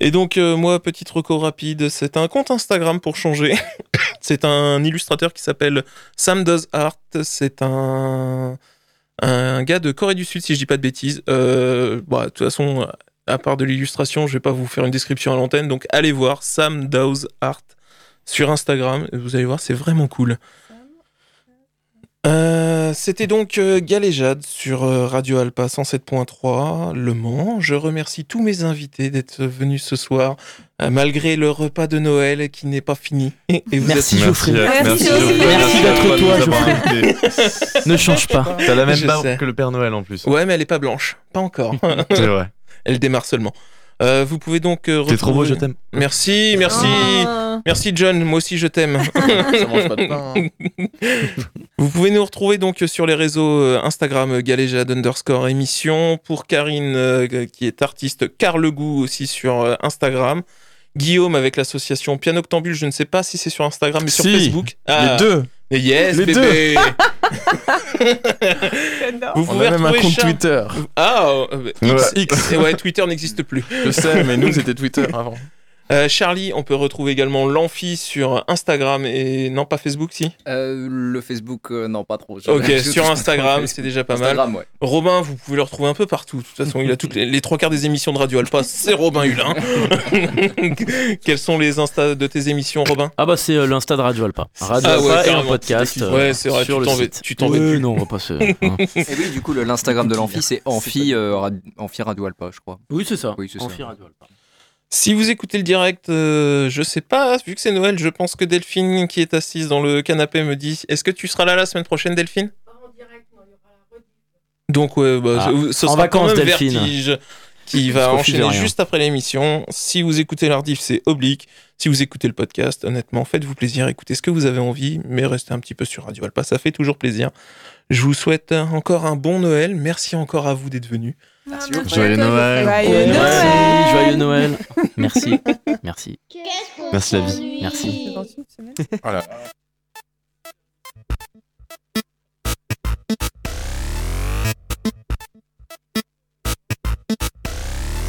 Et donc, euh, moi, petite reco rapide, c'est un compte Instagram pour changer. c'est un illustrateur qui s'appelle Sam Does Art. C'est un, un gars de Corée du Sud, si je dis pas de bêtises. Euh, bah, de toute façon, à part de l'illustration, je vais pas vous faire une description à l'antenne. Donc, allez voir Sam Does Art sur Instagram. Vous allez voir, c'est vraiment cool. Euh, c'était donc euh, Galéjade sur euh, Radio Alpa 107.3 Le Mans. Je remercie tous mes invités d'être venus ce soir, euh, malgré le repas de Noël qui n'est pas fini. Et vous Merci, êtes- Geoffrey. Merci, Merci, Geoffrey. Merci d'être Merci toi, de nous avoir Geoffrey. Ne change pas. T'as la même Je barbe sais. que le Père Noël en plus. Ouais, mais elle est pas blanche, pas encore. C'est vrai. Elle démarre seulement. Euh, vous pouvez donc. euh, T'es trop beau, je retrouver- t'aime. Merci, merci, Ah. merci John. Moi aussi, je t'aime. Ça mange pas de pain, hein. Vous pouvez nous retrouver donc sur les réseaux euh, Instagram euh, galéjade underscore émission. Pour Karine, euh, qui est artiste, Car le goût aussi sur euh, Instagram. Guillaume avec l'association Pianoctambule, je ne sais pas si c'est sur Instagram, mais sur Si, Facebook. Ah. les deux. Mais Yes, Les bébé. Vous On pouvez a même un retrouver compte Charles- Twitter. Ah, euh, Ouais. X. Et ouais, Twitter n'existe plus. Je sais, mais nous, c'était Twitter avant. Euh, Charlie, on peut retrouver également l'Amphi sur Instagram et non pas Facebook si Euh, le Facebook, euh, non, pas trop. Je- Ok, je- sur je- Instagram, c'est déjà pas Instagram, mal. ouais. Robin, vous pouvez le retrouver un peu partout. De toute façon, il a toutes les, les trois quarts des émissions de Radio Alpha, c'est Robin Hulin. Quels sont les Insta de tes émissions, Robin Ah bah c'est euh, l'insta de Radio Alpa. Radio Ah ouais, Alpa et un carrément, podcast tu t'équipes. euh, Ouais, c'est vrai, sur tu le t'en site. vas- tu t'en vas Ouais, plus. non, on va pas se... hein. Et oui, du coup, le- l'Instagram de l'Amphi, c'est Amphi, euh, Rad- Amphi Radio Alpa, je crois. Oui, c'est ça. Oui, c'est ça. Amphi Radio Alpa. Si vous écoutez le direct, euh, je sais pas, vu que c'est Noël, je pense que Delphine, qui est assise dans le canapé, me dit Est-ce que tu seras là la semaine prochaine, Delphine Donc, ouais, bah, Ah, ce- ce en sera vacances, quand même Delphine. Vertige qui Je va profite de enchaîner rien. juste après l'émission. Si vous écoutez l'Ardif, c'est oblique. Si vous écoutez le podcast, honnêtement, faites-vous plaisir, écoutez ce que vous avez envie, mais restez un petit peu sur Radio Alpa, ça fait toujours plaisir. Je vous souhaite encore un bon Noël. Merci encore à vous d'être venus. Merci beaucoup. Joyeux Noël. Joyeux Merci, Noël. joyeux Noël. Merci, merci. Merci la vie. Merci. Voilà.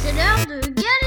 C'est l'heure de Galéjade